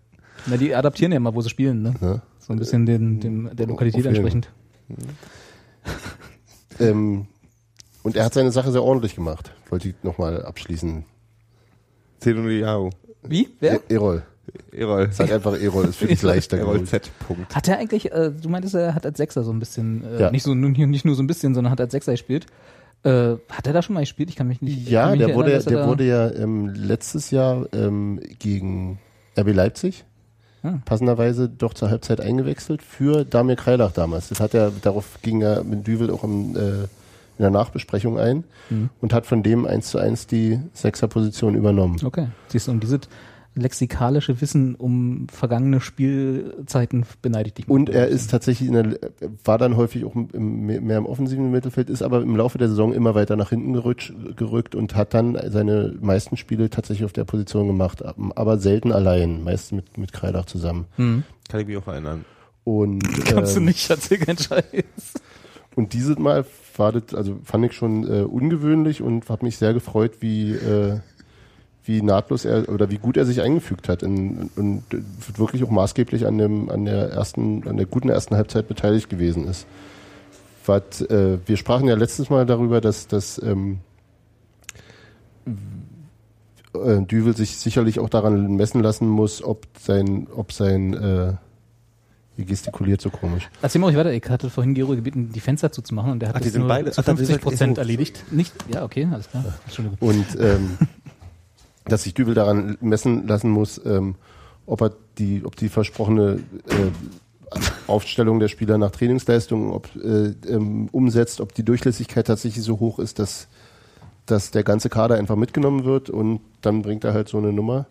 Na, die adaptieren ja mal, wo sie spielen, ne? Ja. So ein bisschen den, dem, der Lokalität Auf jeden. entsprechend. genau. Ähm, und er hat seine Sache sehr ordentlich gemacht. Wollte ich nochmal abschließen. Zedun Liao. Wie? Wer? E Erol. Erol. Sag einfach Erol, ist für dich leichter Erol geworden. Z. Punkt. Hat er eigentlich, äh, du meintest, er hat als Sechser so ein bisschen, äh, Ja. nicht, so, nun- nicht nur so ein bisschen, sondern hat als Sechser gespielt. Äh, hat er da schon mal gespielt? Ich kann mich nicht. ich kann Ja, mich der nicht wurde, erinnern, dass er der da- wurde ja ähm, letztes Jahr ähm, gegen RB Leipzig Ah. passenderweise doch zur Halbzeit eingewechselt für Damir Kreilach damals. Das hat er, darauf ging er mit Düvel auch im, äh, in der Nachbesprechung ein Mhm. und hat von dem eins zu eins die Sechserposition übernommen. Okay. Siehst du, um dieses lexikalische Wissen um vergangene Spielzeiten beneide ich dich. mal. Und er ist tatsächlich, in der, war dann häufig auch im- im, mehr im offensiven Mittelfeld, ist aber im Laufe der Saison immer weiter nach hinten gerückt, gerückt und hat dann seine meisten Spiele tatsächlich auf der Position gemacht, aber selten allein, meist mit, mit Kreidach zusammen. Kann ich mich auch erinnern. Und, Hm. Kannst du ähm, nicht, erzähl keinen Scheiß. und dieses Mal war das, also fand ich schon äh, ungewöhnlich und habe mich sehr gefreut, wie, äh, wie nahtlos er oder wie gut er sich eingefügt hat in, und wirklich auch maßgeblich an dem an der ersten an der guten ersten Halbzeit beteiligt gewesen ist. Was, äh, wir sprachen ja letztes Mal darüber, dass dass ähm, äh, Düvel sich sicherlich auch daran messen lassen muss, ob sein ob sein äh, ihr gestikuliert so komisch. Erzähl mal euch weiter. Ich hatte vorhin Gero gebeten, die Fenster zuzumachen und der hat Ach, die das sind nur beide- zu ach, das ist 50 Prozent halt- erledigt. Nicht, ja, okay, alles klar. Entschuldigung. Und ähm, dass sich Dübel daran messen lassen muss, ähm, ob er die, ob die versprochene äh, Aufstellung der Spieler nach Trainingsleistung ob, äh, ähm, umsetzt, ob die Durchlässigkeit tatsächlich so hoch ist, dass, dass der ganze Kader einfach mitgenommen wird und dann bringt er halt so eine Nummer.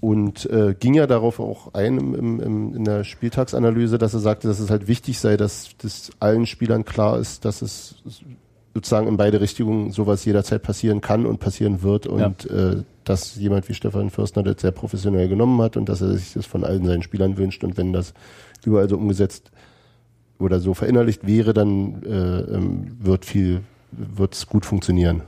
Und äh, ging ja darauf auch ein im, im, im, in der Spieltagsanalyse, dass er sagte, dass es halt wichtig sei, dass das allen Spielern klar ist, dass es sozusagen in beide Richtungen sowas jederzeit passieren kann und passieren wird und äh, dass jemand wie Stefan Fürstner das sehr professionell genommen hat und dass er sich das von allen seinen Spielern wünscht und wenn das überall so umgesetzt oder so verinnerlicht wäre, dann äh, ähm, wird viel wird's gut funktionieren.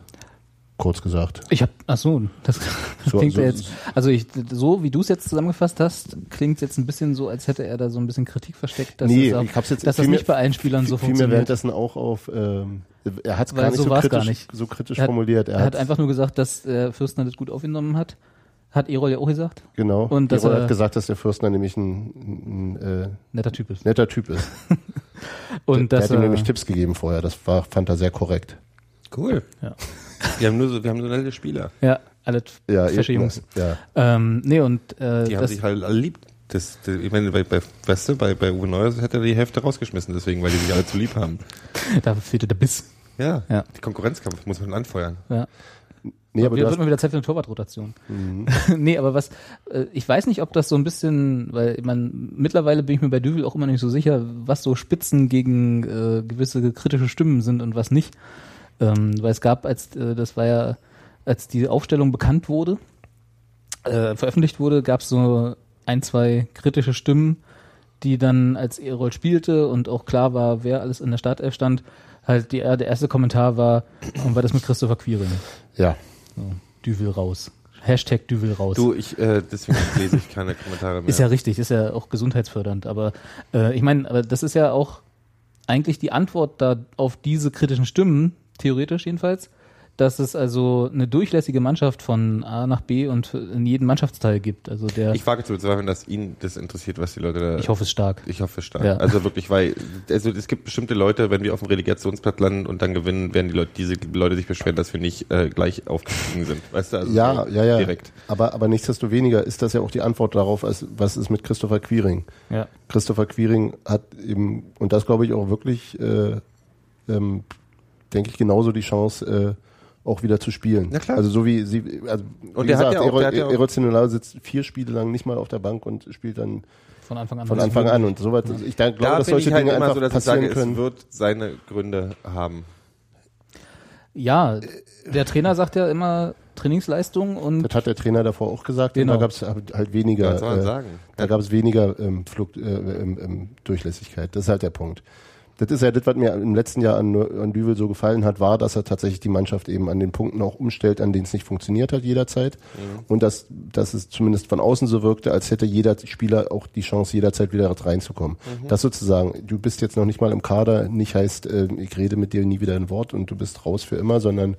Kurz gesagt. Ich hab, ach so, das, das So, klingt so- ja jetzt, also ich, so wie du es jetzt zusammengefasst hast, klingt es jetzt ein bisschen so, als hätte er da so ein bisschen Kritik versteckt, dass, Nee, es auch, ich hab's jetzt dass das vielmehr- nicht bei allen Spielern so Fiel mir funktioniert. währenddessen auch auf, ähm, er hat es Weil gar nicht so so, war's kritisch, gar nicht. so kritisch Er hat- formuliert. er hat hat's- einfach nur gesagt, dass äh, Fürstner das gut aufgenommen hat. Hat Erol ja auch gesagt. genau. und dass Erol er- hat gesagt, dass der Fürstner nämlich ein, ein, äh, Netter Typ ist. netter Typ ist. Und der dass hat er, ihm nämlich Tipps gegeben vorher. Das war, fand er sehr korrekt. Cool. Ja. Wir haben nur so, wir haben so nette Spieler. ja, alle ja, eh, Jungs. ja. Ähm, nee, und äh, Die haben das, sich halt alle lieb. Das, das, ich meine, bei, bei, weißt du, bei, bei Uwe Neuers hätte er die Hälfte rausgeschmissen, deswegen, weil die sich alle zu lieb haben. da fehlte der Biss. Ja, Ja. die Konkurrenzkampf muss man anfeuern. Ja. Nee, aber Wir wird du hast, Mhm. mal wieder Zeit für eine Torwartrotation. nee, aber was, äh, ich weiß nicht, ob das so ein bisschen, weil man, mittlerweile bin ich mir bei Düvel auch immer nicht so sicher, was so Spitzen gegen äh, gewisse kritische Stimmen sind und was nicht. Ähm, weil es gab, als äh, das war ja, als die Aufstellung bekannt wurde, äh, veröffentlicht wurde, gab es so ein, zwei kritische Stimmen, die dann, als Erol spielte und auch klar war, wer alles in der Startelf stand, halt die, der erste Kommentar war, und war das mit Christopher Quirin? ja. So, Düvel raus. Hashtag Düvel raus. Du, ich, äh, deswegen lese ich keine Kommentare mehr. ist ja. richtig, ist ja auch gesundheitsfördernd. Aber äh, ich meine, aber das ist ja auch eigentlich die Antwort da auf diese kritischen Stimmen, theoretisch jedenfalls, dass es also eine durchlässige Mannschaft von A nach B und in jedem Mannschaftsteil gibt. Also der, ich, Ich wage zu bezweifeln, dass Ihnen das interessiert, was die Leute da. hoffe es stark. Ich hoffe stark. Ja. Also wirklich, weil also es gibt bestimmte Leute, wenn wir auf dem Relegationsplatz landen und dann gewinnen, werden die Leute, diese Leute sich beschweren, dass wir nicht äh, gleich aufgestiegen sind. Weißt du, also Ja, so ja, ja. direkt. Aber, aber nichtsdestoweniger ist das ja auch die Antwort darauf, als, was ist mit Christopher Quiring. Ja. Christopher Quiring hat eben, und das glaube ich auch wirklich, äh, ähm, denke ich, genauso die Chance, äh, auch wieder zu spielen. Na klar. Also so wie sie, also Und wie der hat gesagt, ja auch- Ero- der hat ja auch- Ero Zenolal sitzt vier Spiele lang nicht mal auf der Bank und spielt dann Von Anfang an. von Anfang an und so weiter. Also ich denk- glaube, da dass bin solche ich halt Dinge immer einfach so, dass ich passieren sage, können. es wird seine Gründe haben. Ja, der Trainer sagt ja immer Trainingsleistung und Das hat der Trainer davor auch gesagt. Genau. Und da gab es halt weniger. Ja, was soll man äh, sagen? Da gab es weniger ähm, Flukt, äh, ähm, ähm, Durchlässigkeit. Das ist halt der Punkt. Das ist ja das, was mir im letzten Jahr an, an Düvel so gefallen hat, war, dass er tatsächlich die Mannschaft eben an den Punkten auch umstellt, an denen es nicht funktioniert hat jederzeit. Und dass, dass es zumindest von außen so wirkte, als hätte jeder Spieler auch die Chance, jederzeit wieder reinzukommen. Das sozusagen, du bist jetzt noch nicht mal im Kader, nicht heißt, äh, ich rede mit dir nie wieder ein Wort und du bist raus für immer, sondern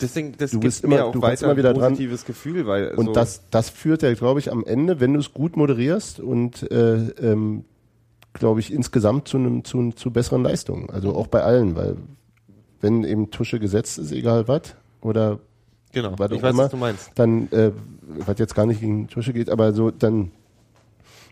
Deswegen, das Du gibt bist immer- mir auch du kommst weiter immer wieder ein dran. positives Gefühl, weil Und so, das, das führt ja, glaube ich, am Ende, wenn du es gut moderierst und, äh, ähm, glaube ich, insgesamt zu, einem, zu, zu besseren Leistungen. Also auch bei allen, weil wenn eben Tusche gesetzt ist, egal was, oder genau. warte, ich weiß, immer- was du meinst. dann, äh, was jetzt gar nicht gegen Tusche geht, aber so, dann,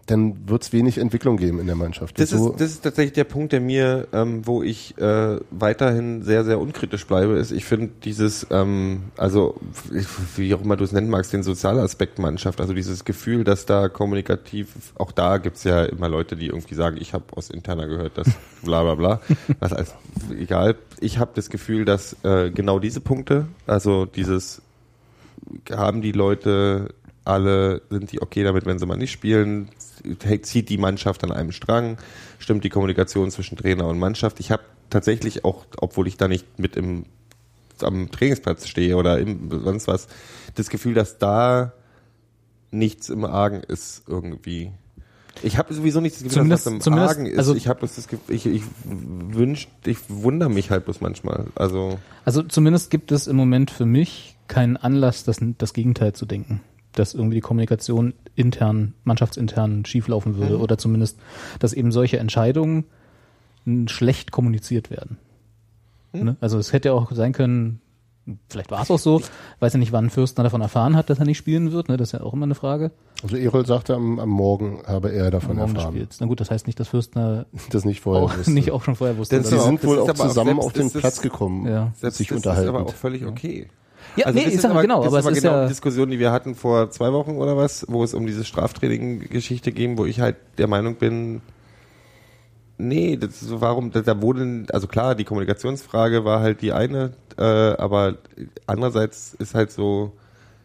dann wird es wenig Entwicklung geben in der Mannschaft. Das, Und so, ist, das ist tatsächlich der Punkt, der mir, ähm, wo ich äh, weiterhin sehr, sehr unkritisch bleibe, ist, ich finde dieses, ähm, also ich- wie auch immer du es nennen magst, den sozialen Aspekt Mannschaft, also dieses Gefühl, dass da kommunikativ, auch da gibt's ja immer Leute, die irgendwie sagen, ich habe aus interner gehört, dass bla bla bla. Das als, egal, ich habe das Gefühl, dass äh, genau diese Punkte, also dieses haben die Leute alle, sind die okay damit, wenn sie mal nicht spielen? Zieht die Mannschaft an einem Strang? Stimmt die Kommunikation zwischen Trainer und Mannschaft? Ich habe tatsächlich auch, obwohl ich da nicht mit im, am Trainingsplatz stehe oder im, sonst was, das Gefühl, dass da nichts im Argen ist irgendwie. Ich habe sowieso nicht das Gefühl, Zumindest- dass was im zumindest- Argen ist. also- ich habe bloß das Gefühl, ich, ich wünsch, ich wundere mich halt bloß manchmal. Also Also zumindest gibt es im Moment für mich keinen Anlass, das, das Gegenteil zu denken. Dass irgendwie die Kommunikation intern, mannschaftsintern schieflaufen würde oder zumindest, dass eben solche Entscheidungen n, schlecht kommuniziert werden. Ne? Also es hätte ja auch sein können, vielleicht war es auch so, weiß ja nicht, wann Fürstner davon erfahren hat, dass er nicht spielen wird, ne? das ist ja auch immer eine Frage. also Erol sagte, am, am Morgen habe er davon Warum du erfahren. spielst. Na gut, das heißt nicht, dass Fürstner Das nicht vorher auch, wusste. nicht auch schon vorher wusste. Denn Sie dass- aber auch- sind das wohl ist auch aber auch zusammen selbst auf den ist das- Platz gekommen, Ja. sich das unterhalten. ist aber auch völlig okay. ja, Also nee, das ist aber genau, aber es ist genau ja, die Diskussion, die wir hatten vor zwei Wochen oder was, wo es um diese Straftraining-Geschichte ging, wo ich halt der Meinung bin, nee, das ist, warum, da, da wurde, also klar, die Kommunikationsfrage war halt die eine, äh, aber andererseits ist halt so,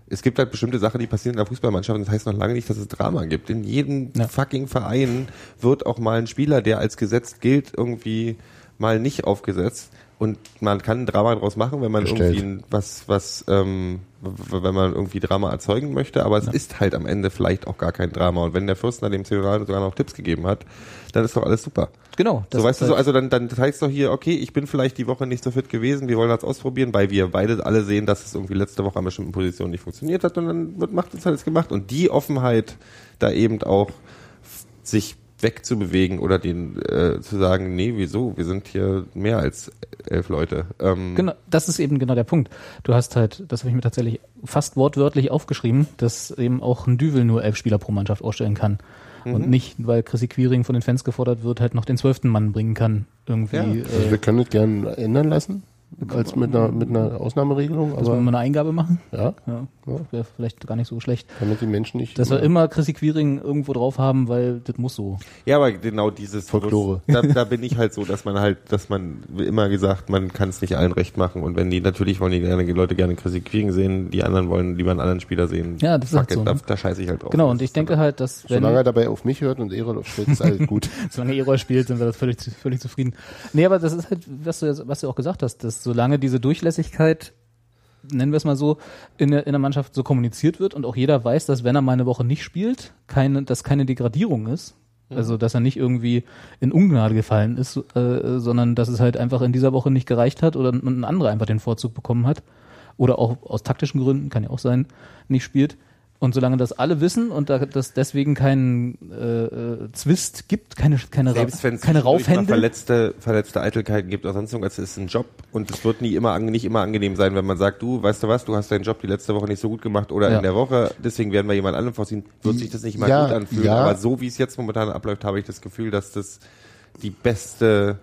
es gibt halt bestimmte Sachen, die passieren in der Fußballmannschaft und das heißt noch lange nicht, dass es Drama gibt. In jedem Ja. fucking Verein wird auch mal ein Spieler, der als gesetzt gilt, irgendwie mal nicht aufgesetzt und man kann ein Drama draus machen, wenn man Gestellt. irgendwie ein- was, was, ähm, w- wenn man irgendwie Drama erzeugen möchte, aber es ist halt am Ende vielleicht auch gar kein Drama und wenn der Fürstner dem Theodor sogar noch Tipps gegeben hat, dann ist doch alles super. genau. das So, weißt ist du, so, halt- also dann, dann heißt doch hier, okay, ich bin vielleicht die Woche nicht so fit gewesen, wir wollen das ausprobieren, weil wir beide alle sehen, dass es irgendwie letzte Woche an bestimmten Positionen nicht funktioniert hat und dann wird macht es halt gemacht. Und die Offenheit, da eben auch f- sich wegzubewegen oder den äh, zu sagen, nee, wieso, wir sind hier mehr als elf Leute. Ähm, Genau, das ist eben genau der Punkt. Du hast halt, das habe ich mir tatsächlich fast wortwörtlich aufgeschrieben, dass eben auch ein Düvel nur elf Spieler pro Mannschaft ausstellen kann. Mhm. Und nicht, weil Chrissy Quiring von den Fans gefordert wird, halt noch den zwölften Mann bringen kann. Irgendwie, Ja. Also wir äh, können das gerne ändern lassen, als mit einer, mit einer Ausnahmeregelung, dass Genau. wir mal eine aber Eingabe machen. ja, Ja, das wäre vielleicht gar nicht so schlecht. damit die Menschen nicht. Dass wir immer Chrissy Quiring irgendwo drauf haben, weil das muss so. Ja, aber genau dieses Folklore. Da, da bin ich halt so, dass man halt, dass man wie immer gesagt, man kann es nicht allen recht machen. Und wenn die, natürlich wollen die, gerne, die Leute gerne Chrissy Quiring sehen, die anderen wollen lieber einen anderen Spieler sehen. Ja, das ist Fuck halt so, it, da, ne? da scheiße ich halt drauf. Genau, und ich denke halt, dass wenn Solange er dabei auf mich hört und Erol auf Schritt, ist alles gut. Solange E-Roll spielt, sind wir das völlig, zu- völlig zufrieden. Nee, aber das ist halt, was du, jetzt- was du auch gesagt hast, dass solange diese Durchlässigkeit, nennen wir es mal so, in der, in der Mannschaft so kommuniziert wird und auch jeder weiß, dass wenn er mal eine Woche nicht spielt, keine, dass keine Degradierung ist. Mhm. Also, dass er nicht irgendwie in Ungnade gefallen ist, äh, sondern dass es halt einfach in dieser Woche nicht gereicht hat oder ein ein anderer einfach den Vorzug bekommen hat. oder auch aus taktischen Gründen, kann ja auch sein, nicht spielt. Und solange das alle wissen und da das deswegen keinen äh, äh, Zwist gibt, keine, keine, Selbst wenn es keine zwischendurch mal Raufhände, verletzte, verletzte Eitelkeiten gibt oder sonst irgendwas, es ist ein Job und es wird nie immer ange- nicht immer angenehm sein, wenn man sagt, du, weißt du was, du hast deinen Job die letzte Woche nicht so gut gemacht oder Ja. in der Woche, deswegen werden wir jemand anderen vorziehen, wird sich das nicht mal Ja, gut anfühlen. ja. Aber so wie es jetzt momentan abläuft, habe ich das Gefühl, dass das die beste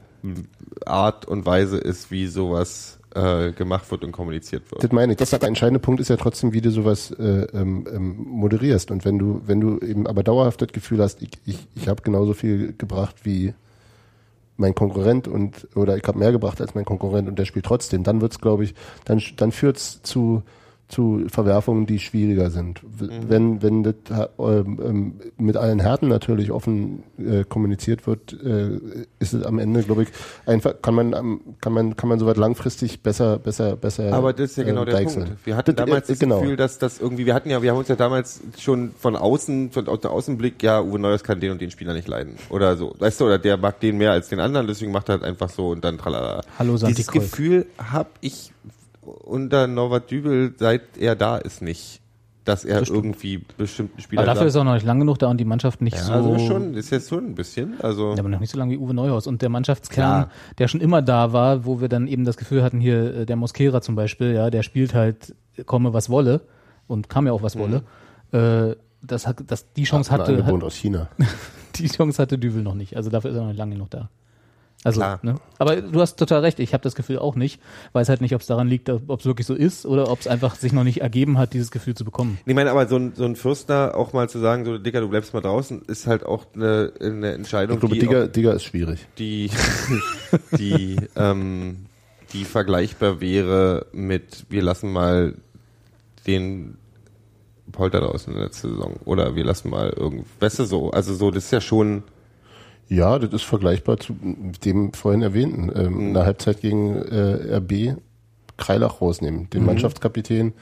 Art und Weise ist, wie sowas äh, gemacht wird und kommuniziert wird. Das meine ich. Das der entscheidende Punkt ist ja trotzdem, wie du sowas äh, ähm, ähm, moderierst. Und wenn du, wenn du eben aber dauerhaft das Gefühl hast, ich, ich, ich habe genauso viel gebracht wie mein Konkurrent und oder ich habe mehr gebracht als mein Konkurrent und der spielt trotzdem, dann wird's, glaube ich, dann sch- dann führt's zu zu Verwerfungen, die schwieriger sind. W- Mhm. Wenn wenn das ha- ähm, ähm, mit allen Härten natürlich offen äh, kommuniziert wird, äh, ist es am Ende, glaube ich, einfach kann man am- kann man kann man soweit langfristig besser besser besser. Aber das ist ja äh, genau der deichseln. Punkt. Wir hatten Das- damals äh, das Gefühl, dass das irgendwie, wir hatten ja, wir haben uns ja damals schon von außen, von aus dem Außenblick, ja, Uwe Neuers kann den und den Spieler nicht leiden. Oder so. Weißt du, oder der mag den mehr als den anderen, deswegen macht er halt einfach so und dann tralala. Hallo, Santi Dieses Kolk. Gefühl habe ich unter Norbert Dübel, seit er da ist, nicht. Dass er irgendwie bestimmten Spieler aber dafür ist sagt, er auch noch nicht lang genug da und die Mannschaft nicht so. ja, also schon, ist jetzt schon ein bisschen. Also Ja, Aber noch nicht so lange wie Uwe Neuhaus und der Mannschaftskern, Klar. der schon immer da war, wo wir dann eben das Gefühl hatten, hier äh, der Mosquera zum Beispiel, ja, der spielt halt, äh, komme was wolle und kam ja auch Mhm. was wolle. Äh, das hat, das, die Chance ein hatte, Angebot hat, aus China. die Chance hatte Düvel noch nicht. Also dafür ist er noch nicht lange genug da. Also, Klar. ne? aber du hast total recht. Ich habe das Gefühl auch nicht. Weiß halt nicht, ob es daran liegt, ob es wirklich so ist oder ob es einfach sich noch nicht ergeben hat, dieses Gefühl zu bekommen. Nee, Ich meine, aber so ein, so ein Fürstner auch mal zu sagen, so Dicker, du bleibst mal draußen, ist halt auch eine, eine Entscheidung, Ich glaube, die Digger, Digger ist schwierig. die, die, ähm, die vergleichbar wäre mit wir lassen mal den Polter draußen in der letzten Saison oder wir lassen mal irgend weißt du so, also so, das ist ja schon Ja, das ist vergleichbar zu dem vorhin erwähnten. Ähm, In der Halbzeit gegen äh, RB Kreilach rausnehmen, Mhm. den Mannschaftskapitän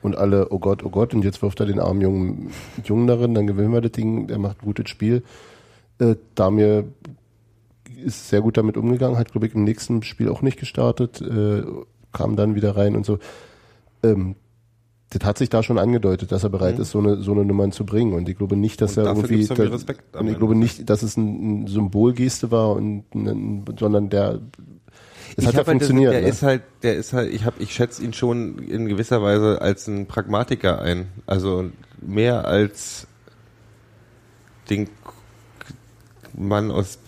und alle, oh Gott, oh Gott, und jetzt wirft er den armen jungen Jungen darin, dann gewinnen wir das Ding, er macht ein gutes Spiel. Äh, Damir ist sehr gut damit umgegangen, hat, glaube ich, im nächsten Spiel auch nicht gestartet, äh, kam dann wieder rein und so. Ähm, das hat sich da schon angedeutet, dass er bereit ist, so eine, so eine Nummern zu bringen. Und ich glaube nicht, dass Mhm. Und er dafür irgendwie. gibt's doch mehr da- Respekt am und ich Ende. glaube nicht, dass es ein, ein Symbolgeste war, und ein, sondern der. Es hat Ich ja hab halt das- funktioniert. Der ne? ist halt, der ist halt, ich hab, ich schätze ihn schon in gewisser Weise als einen Pragmatiker ein. Also mehr als den K- Mann aus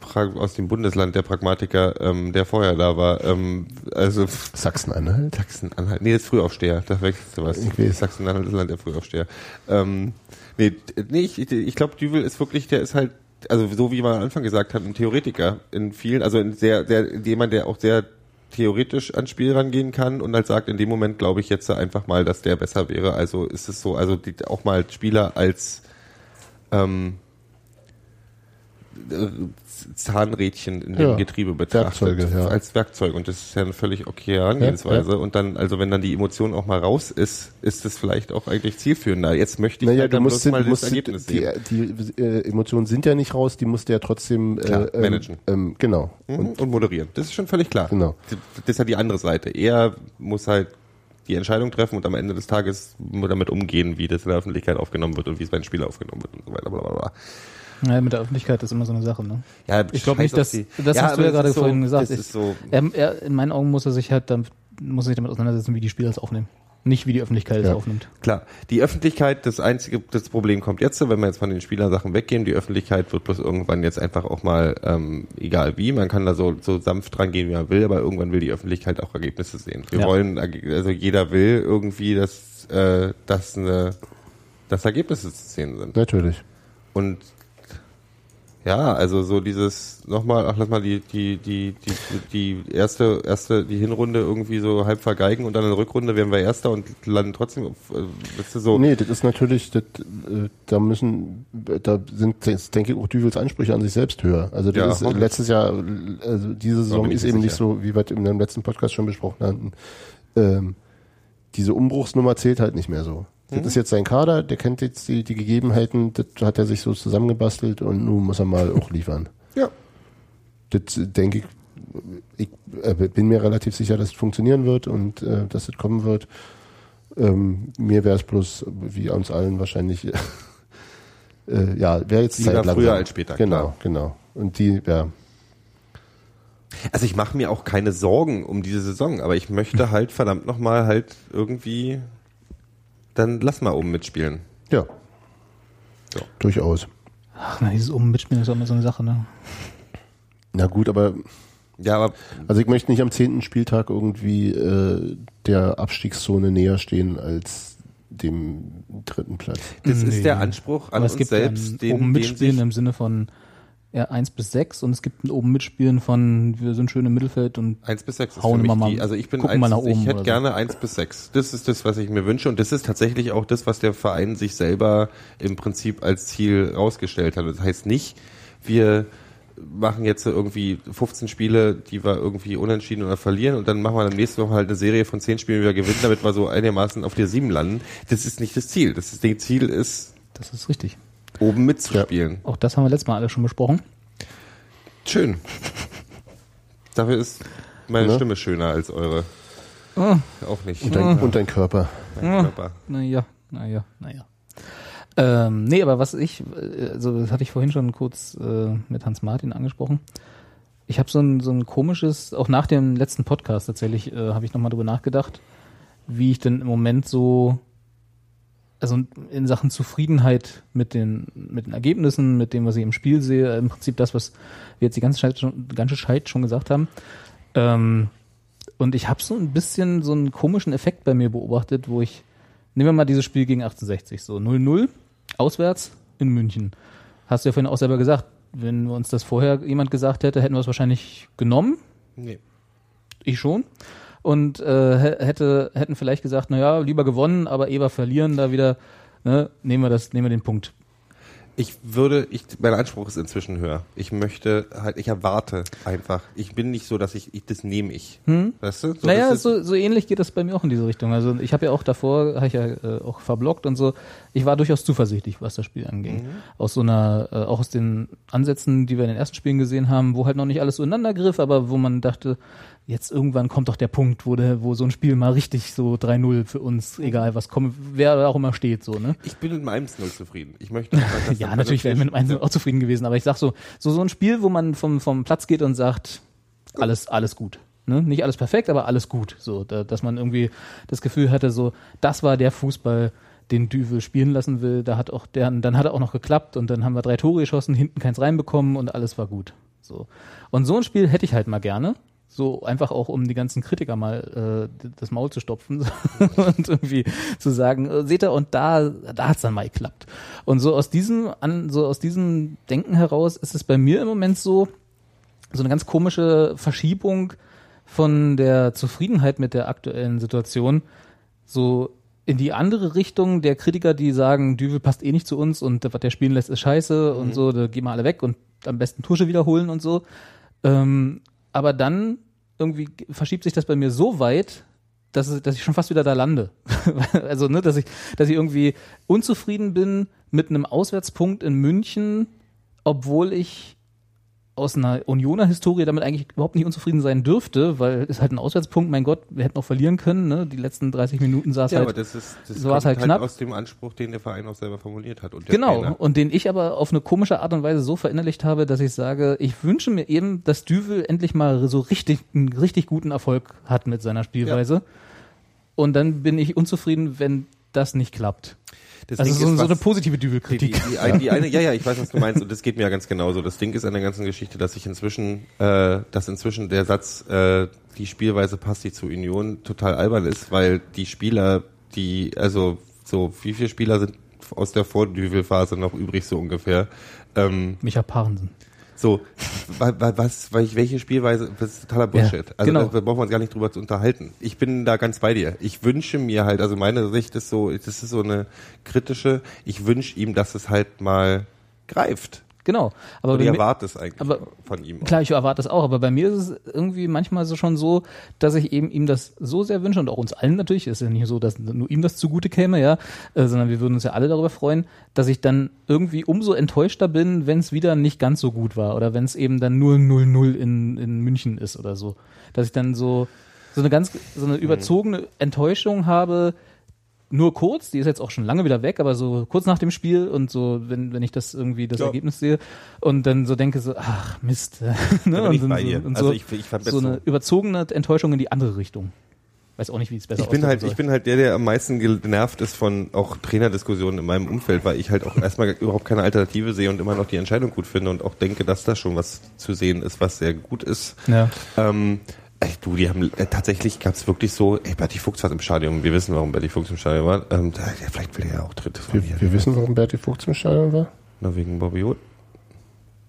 Prag, aus dem Bundesland, der Pragmatiker, ähm, der vorher da war. Ähm, also Sachsen-Anhalt. Sachsen-Anhalt. Nee, das ist Frühaufsteher. Da wechselst du was. Okay. Sachsen-Anhalt ist Land der Frühaufsteher. Ähm, nee, d- nee, ich, ich glaube, Düvel ist wirklich, der ist halt, also so wie man am Anfang gesagt hat, ein Theoretiker in vielen, also in sehr, sehr, jemand, der auch sehr theoretisch ans Spiel rangehen kann und halt sagt, in dem Moment glaube ich jetzt einfach mal, dass der besser wäre. Also ist es so, also die, auch mal Spieler als ähm, äh, Zahnrädchen in dem Ja. Getriebe betrachtet. Werkzeuge, ja. Als Werkzeug und das ist ja eine völlig okay Herangehensweise. Ja, Und dann, also wenn dann die Emotion auch mal raus ist, ist es vielleicht auch eigentlich zielführender. Jetzt möchte ich Naja, halt du dann musst, bloß den, mal du musst das Ergebnis die, sehen. die äh, Emotionen sind ja nicht raus, die musst du ja trotzdem äh, Klar, ähm, managen. Ähm, genau. Mhm, und, moderieren. Das ist schon völlig klar. Genau. Das ist ja die andere Seite. Er muss halt die Entscheidung treffen und am Ende des Tages damit umgehen, wie das in der Öffentlichkeit aufgenommen wird und wie es bei den Spielern aufgenommen wird und so weiter. Bla bla bla. Ja, mit der Öffentlichkeit ist immer so eine Sache. Ne? Ja, Ich glaube scheiß nicht, auf dass die- das hast du aber ja gerade ist so, vorhin gesagt. Das Ich- ist so, Er, er, in meinen Augen muss er sich halt damit, muss er sich damit auseinandersetzen, wie die Spieler es aufnehmen. Nicht wie die Öffentlichkeit es Ja. aufnimmt. Klar, die Öffentlichkeit, das einzige, das Problem kommt jetzt, wenn wir jetzt von den Spielersachen weggehen, die Öffentlichkeit wird bloß irgendwann jetzt einfach auch mal, ähm, egal wie, man kann da so, so sanft dran gehen, wie man will, aber irgendwann will die Öffentlichkeit auch Ergebnisse sehen. Wir Ja. wollen, Erge- also jeder will irgendwie, dass, äh, dass, eine, dass Ergebnisse zu sehen sind. Natürlich. Und ja, also so dieses nochmal, ach lass mal die, die, die, die, die erste, erste, die Hinrunde irgendwie so halb vergeigen und dann in der Rückrunde werden wir Erster und landen trotzdem auf, äh, bist du so. Nee, das ist natürlich, das, äh, da müssen, da sind, jetzt denke ich, auch Düvels Ansprüche an sich selbst höher. Also Ja, das ist hoffentlich. letztes Jahr, also diese bin Saison ich ist mir eben nicht sicher. so, wie wir es in dem letzten Podcast schon besprochen hatten. Ähm, diese Umbruchsnummer zählt halt nicht mehr so. Das Mhm. ist jetzt sein Kader, der kennt jetzt die, die Gegebenheiten, das hat er sich so zusammengebastelt und nun muss er mal auch liefern. Ja. Das äh, denke ich, ich äh, bin mir relativ sicher, dass es funktionieren wird und äh, dass es kommen wird. Ähm, mir wäre es bloß, wie uns allen wahrscheinlich, äh, ja, wäre jetzt Lieber Zeit langsam. früher als später, Genau, genau. Und die, ja, Also ich mache mir auch keine Sorgen um diese Saison, aber ich Hm. möchte halt verdammt nochmal halt irgendwie, dann lass mal oben mitspielen. ja, Ja. durchaus. Ach, na, dieses Oben mitspielen ist auch immer so eine Sache, ne? Na gut, aber Ja, aber also ich möchte nicht am zehnten Spieltag irgendwie äh, der Abstiegszone näher stehen als dem dritten Platz. das Nee. ist der Anspruch an Aber uns es gibt selbst, ein den, Oben den mitspielen sich, im Sinne von ja, 1 bis 6 und es gibt ein Oben mitspielen von wir sind schön im Mittelfeld und 1 bis 6 ist Hauen für wir mich mal- die, also ich bin gucken wir 1, nach oben ich oder hätte so. gerne 1 bis 6. Das ist das, was ich mir wünsche und das ist tatsächlich auch das, was der Verein sich selber im Prinzip als Ziel rausgestellt hat. Das heißt nicht, wir machen jetzt so irgendwie 15 Spiele, die wir irgendwie unentschieden oder verlieren und dann machen wir dann nächste Woche halt eine Serie von 10 Spielen, die wir gewinnen, damit wir so einigermaßen auf der 7 landen. Das ist nicht das Ziel. Das ist, das Ziel ist, das ist richtig. oben mitzuspielen. Auch das haben wir letztes Mal alle schon besprochen. Schön. Dafür ist meine Ne? Stimme schöner als eure. Ah. Auch nicht. Und dein, und dein Körper. Mein Körper. Naja, naja, naja. Ähm, nee, aber was ich, äh, also das hatte ich vorhin schon kurz äh, mit Hans Martin angesprochen. Ich habe so ein, so ein komisches, auch nach dem letzten Podcast tatsächlich, äh, habe ich nochmal drüber nachgedacht, wie ich denn im Moment so, also in Sachen Zufriedenheit mit den, mit den Ergebnissen, mit dem, was ich im Spiel sehe, im Prinzip das, was wir jetzt die ganze Zeit schon, die ganze Zeit schon gesagt haben. Ähm, und ich habe so ein bisschen so einen komischen Effekt bei mir beobachtet, wo ich, nehmen wir mal dieses Spiel gegen 1860, so 0-0, auswärts in München. Hast du ja vorhin auch selber gesagt, wenn uns das vorher jemand gesagt hätte, hätten wir es wahrscheinlich genommen, Nee. ich schon. Und äh, hä- hätte, hätten vielleicht gesagt, naja, lieber gewonnen, aber Eber verlieren, da wieder, ne, nehmen wir das, nehmen wir den Punkt. Ich würde, ich, mein Anspruch ist inzwischen höher. Ich möchte halt, ich erwarte einfach. Ich bin nicht so, dass ich, ich das nehme ich. Hm? Weißt du? So, naja, das ist- so, so ähnlich geht das bei mir auch in diese Richtung. Also ich habe ja auch davor, habe ich ja äh, auch verblockt und so. Ich war durchaus zuversichtlich, was das Spiel Mhm. anging. Aus so einer, äh, auch aus den Ansätzen, die wir in den ersten Spielen gesehen haben, wo halt noch nicht alles so ineinander griff, aber wo man dachte, jetzt irgendwann kommt doch der Punkt, wo, der, wo so ein Spiel mal richtig so 3-0 für uns, egal was kommt, wer da auch immer steht, so, ne? Ich bin mit meinem 1-0 zufrieden. Ich möchte einfach, dass Ja, das- natürlich wäre ich mit dem das- Einzel auch zufrieden gewesen, aber ich sag so, so, so ein Spiel, wo man vom, vom Platz geht und sagt, alles, alles gut. Ne? Nicht alles perfekt, aber alles gut. So, da, dass man irgendwie das Gefühl hatte, so, das war der Fußball, den Düvel spielen lassen will. Da hat auch der, dann hat er auch noch geklappt und dann haben wir drei Tore geschossen, hinten keins reinbekommen und alles war gut. So. Und so ein Spiel hätte ich halt mal gerne. So einfach auch, um die ganzen Kritiker mal äh, das Maul zu stopfen und irgendwie zu sagen, äh, seht ihr, und da, da hat's dann mal geklappt. Und so aus diesem, an, so aus diesem Denken heraus ist es bei mir im Moment so, so eine ganz komische Verschiebung von der Zufriedenheit mit der aktuellen Situation so in die andere Richtung der Kritiker, die sagen, Düvel passt eh nicht zu uns und was der spielen lässt, ist scheiße und so, da gehen wir alle weg und am besten Tusche wiederholen und so. Ähm, aber dann irgendwie g- verschiebt sich das bei mir so weit, dass, es- dass ich schon fast wieder da lande. also, ne, dass ich, dass ich irgendwie unzufrieden bin mit einem Auswärtspunkt in München, obwohl ich aus einer Unioner Historie damit eigentlich überhaupt nicht unzufrieden sein dürfte, weil ist halt ein Auswärtspunkt, mein Gott, wir hätten auch verlieren können, ne? Die letzten 30 Minuten saß Ja, halt aber das ist, das so war's kommt halt knapp. aus dem Anspruch, den der Verein auch selber formuliert hat. Und der Genau, Trainer. und den ich aber auf eine komische Art und Weise so verinnerlicht habe, dass ich sage, ich wünsche mir eben, dass Düvel endlich mal so richtig, einen richtig guten Erfolg hat mit seiner Spielweise. Und dann bin ich unzufrieden, wenn das nicht klappt. Das Also Ding so, ist, so was- eine positive Die, die, Düvel-Kritik. die, ein- die eine, ja, ja, ich weiß, was du meinst, und das geht mir ja ganz genauso. Das Ding ist an der ganzen Geschichte, dass ich inzwischen, äh, dass inzwischen der Satz, äh, die Spielweise passt nicht zu Union, total albern ist, weil die Spieler, die, also so, wie viele Spieler sind aus der Vordüvel-Phase noch übrig, so ungefähr. Ähm, Micha Parensen. so, wa- wa- was, welch- welche Spielweise, das ist totaler Bullshit. Ja, also genau. da brauchen wir uns gar nicht drüber zu unterhalten. Ich bin da ganz bei dir. Ich wünsche mir halt, also meine Sicht ist so, das ist so eine kritische, ich wünsche ihm, dass es halt mal greift. Genau. Aber Du bei mir, erwartest eigentlich aber- von ihm. auch. klar, ich erwarte das auch, aber bei mir ist es irgendwie manchmal so schon so, dass ich eben ihm das so sehr wünsche und auch uns allen natürlich, ist ja nicht so, dass nur ihm das zugute käme, ja, äh, sondern wir würden uns ja alle darüber freuen, dass ich dann irgendwie umso enttäuschter bin, wenn es wieder nicht ganz so gut war oder wenn es eben dann 0-0-0 in, in München ist oder so. Dass ich dann so, so eine ganz, so eine überzogene Enttäuschung habe, nur kurz, die ist jetzt auch schon lange wieder weg, aber so kurz nach dem Spiel und so, wenn, wenn ich das irgendwie das Ja. Ergebnis sehe und dann so denke so, ach Mist. ne? Da bin und ich dann bei so, ihr. Und so, Also ich, ich fand so eine überzogene Enttäuschung in die andere Richtung. Weiß auch nicht, wie es besser Ich bin ausdrücken halt, soll. ich bin halt der, der am meisten genervt ist von auch Trainerdiskussionen in meinem Umfeld, weil ich halt auch erstmal überhaupt keine Alternative sehe und immer noch die Entscheidung gut finde und auch denke, dass da schon was zu sehen ist, was sehr gut ist. Ja. Ähm, ey, du, die haben äh, tatsächlich gab es wirklich so, ey, Bertie Fuchs war im Stadion, wir wissen, warum Bertie Fuchs im Stadion war. Ähm, da, der, vielleicht will er ja auch drittes von Wir, hier. wir wissen, warum Bertie Fuchs im Stadion war. Nur wegen Bobby Hood.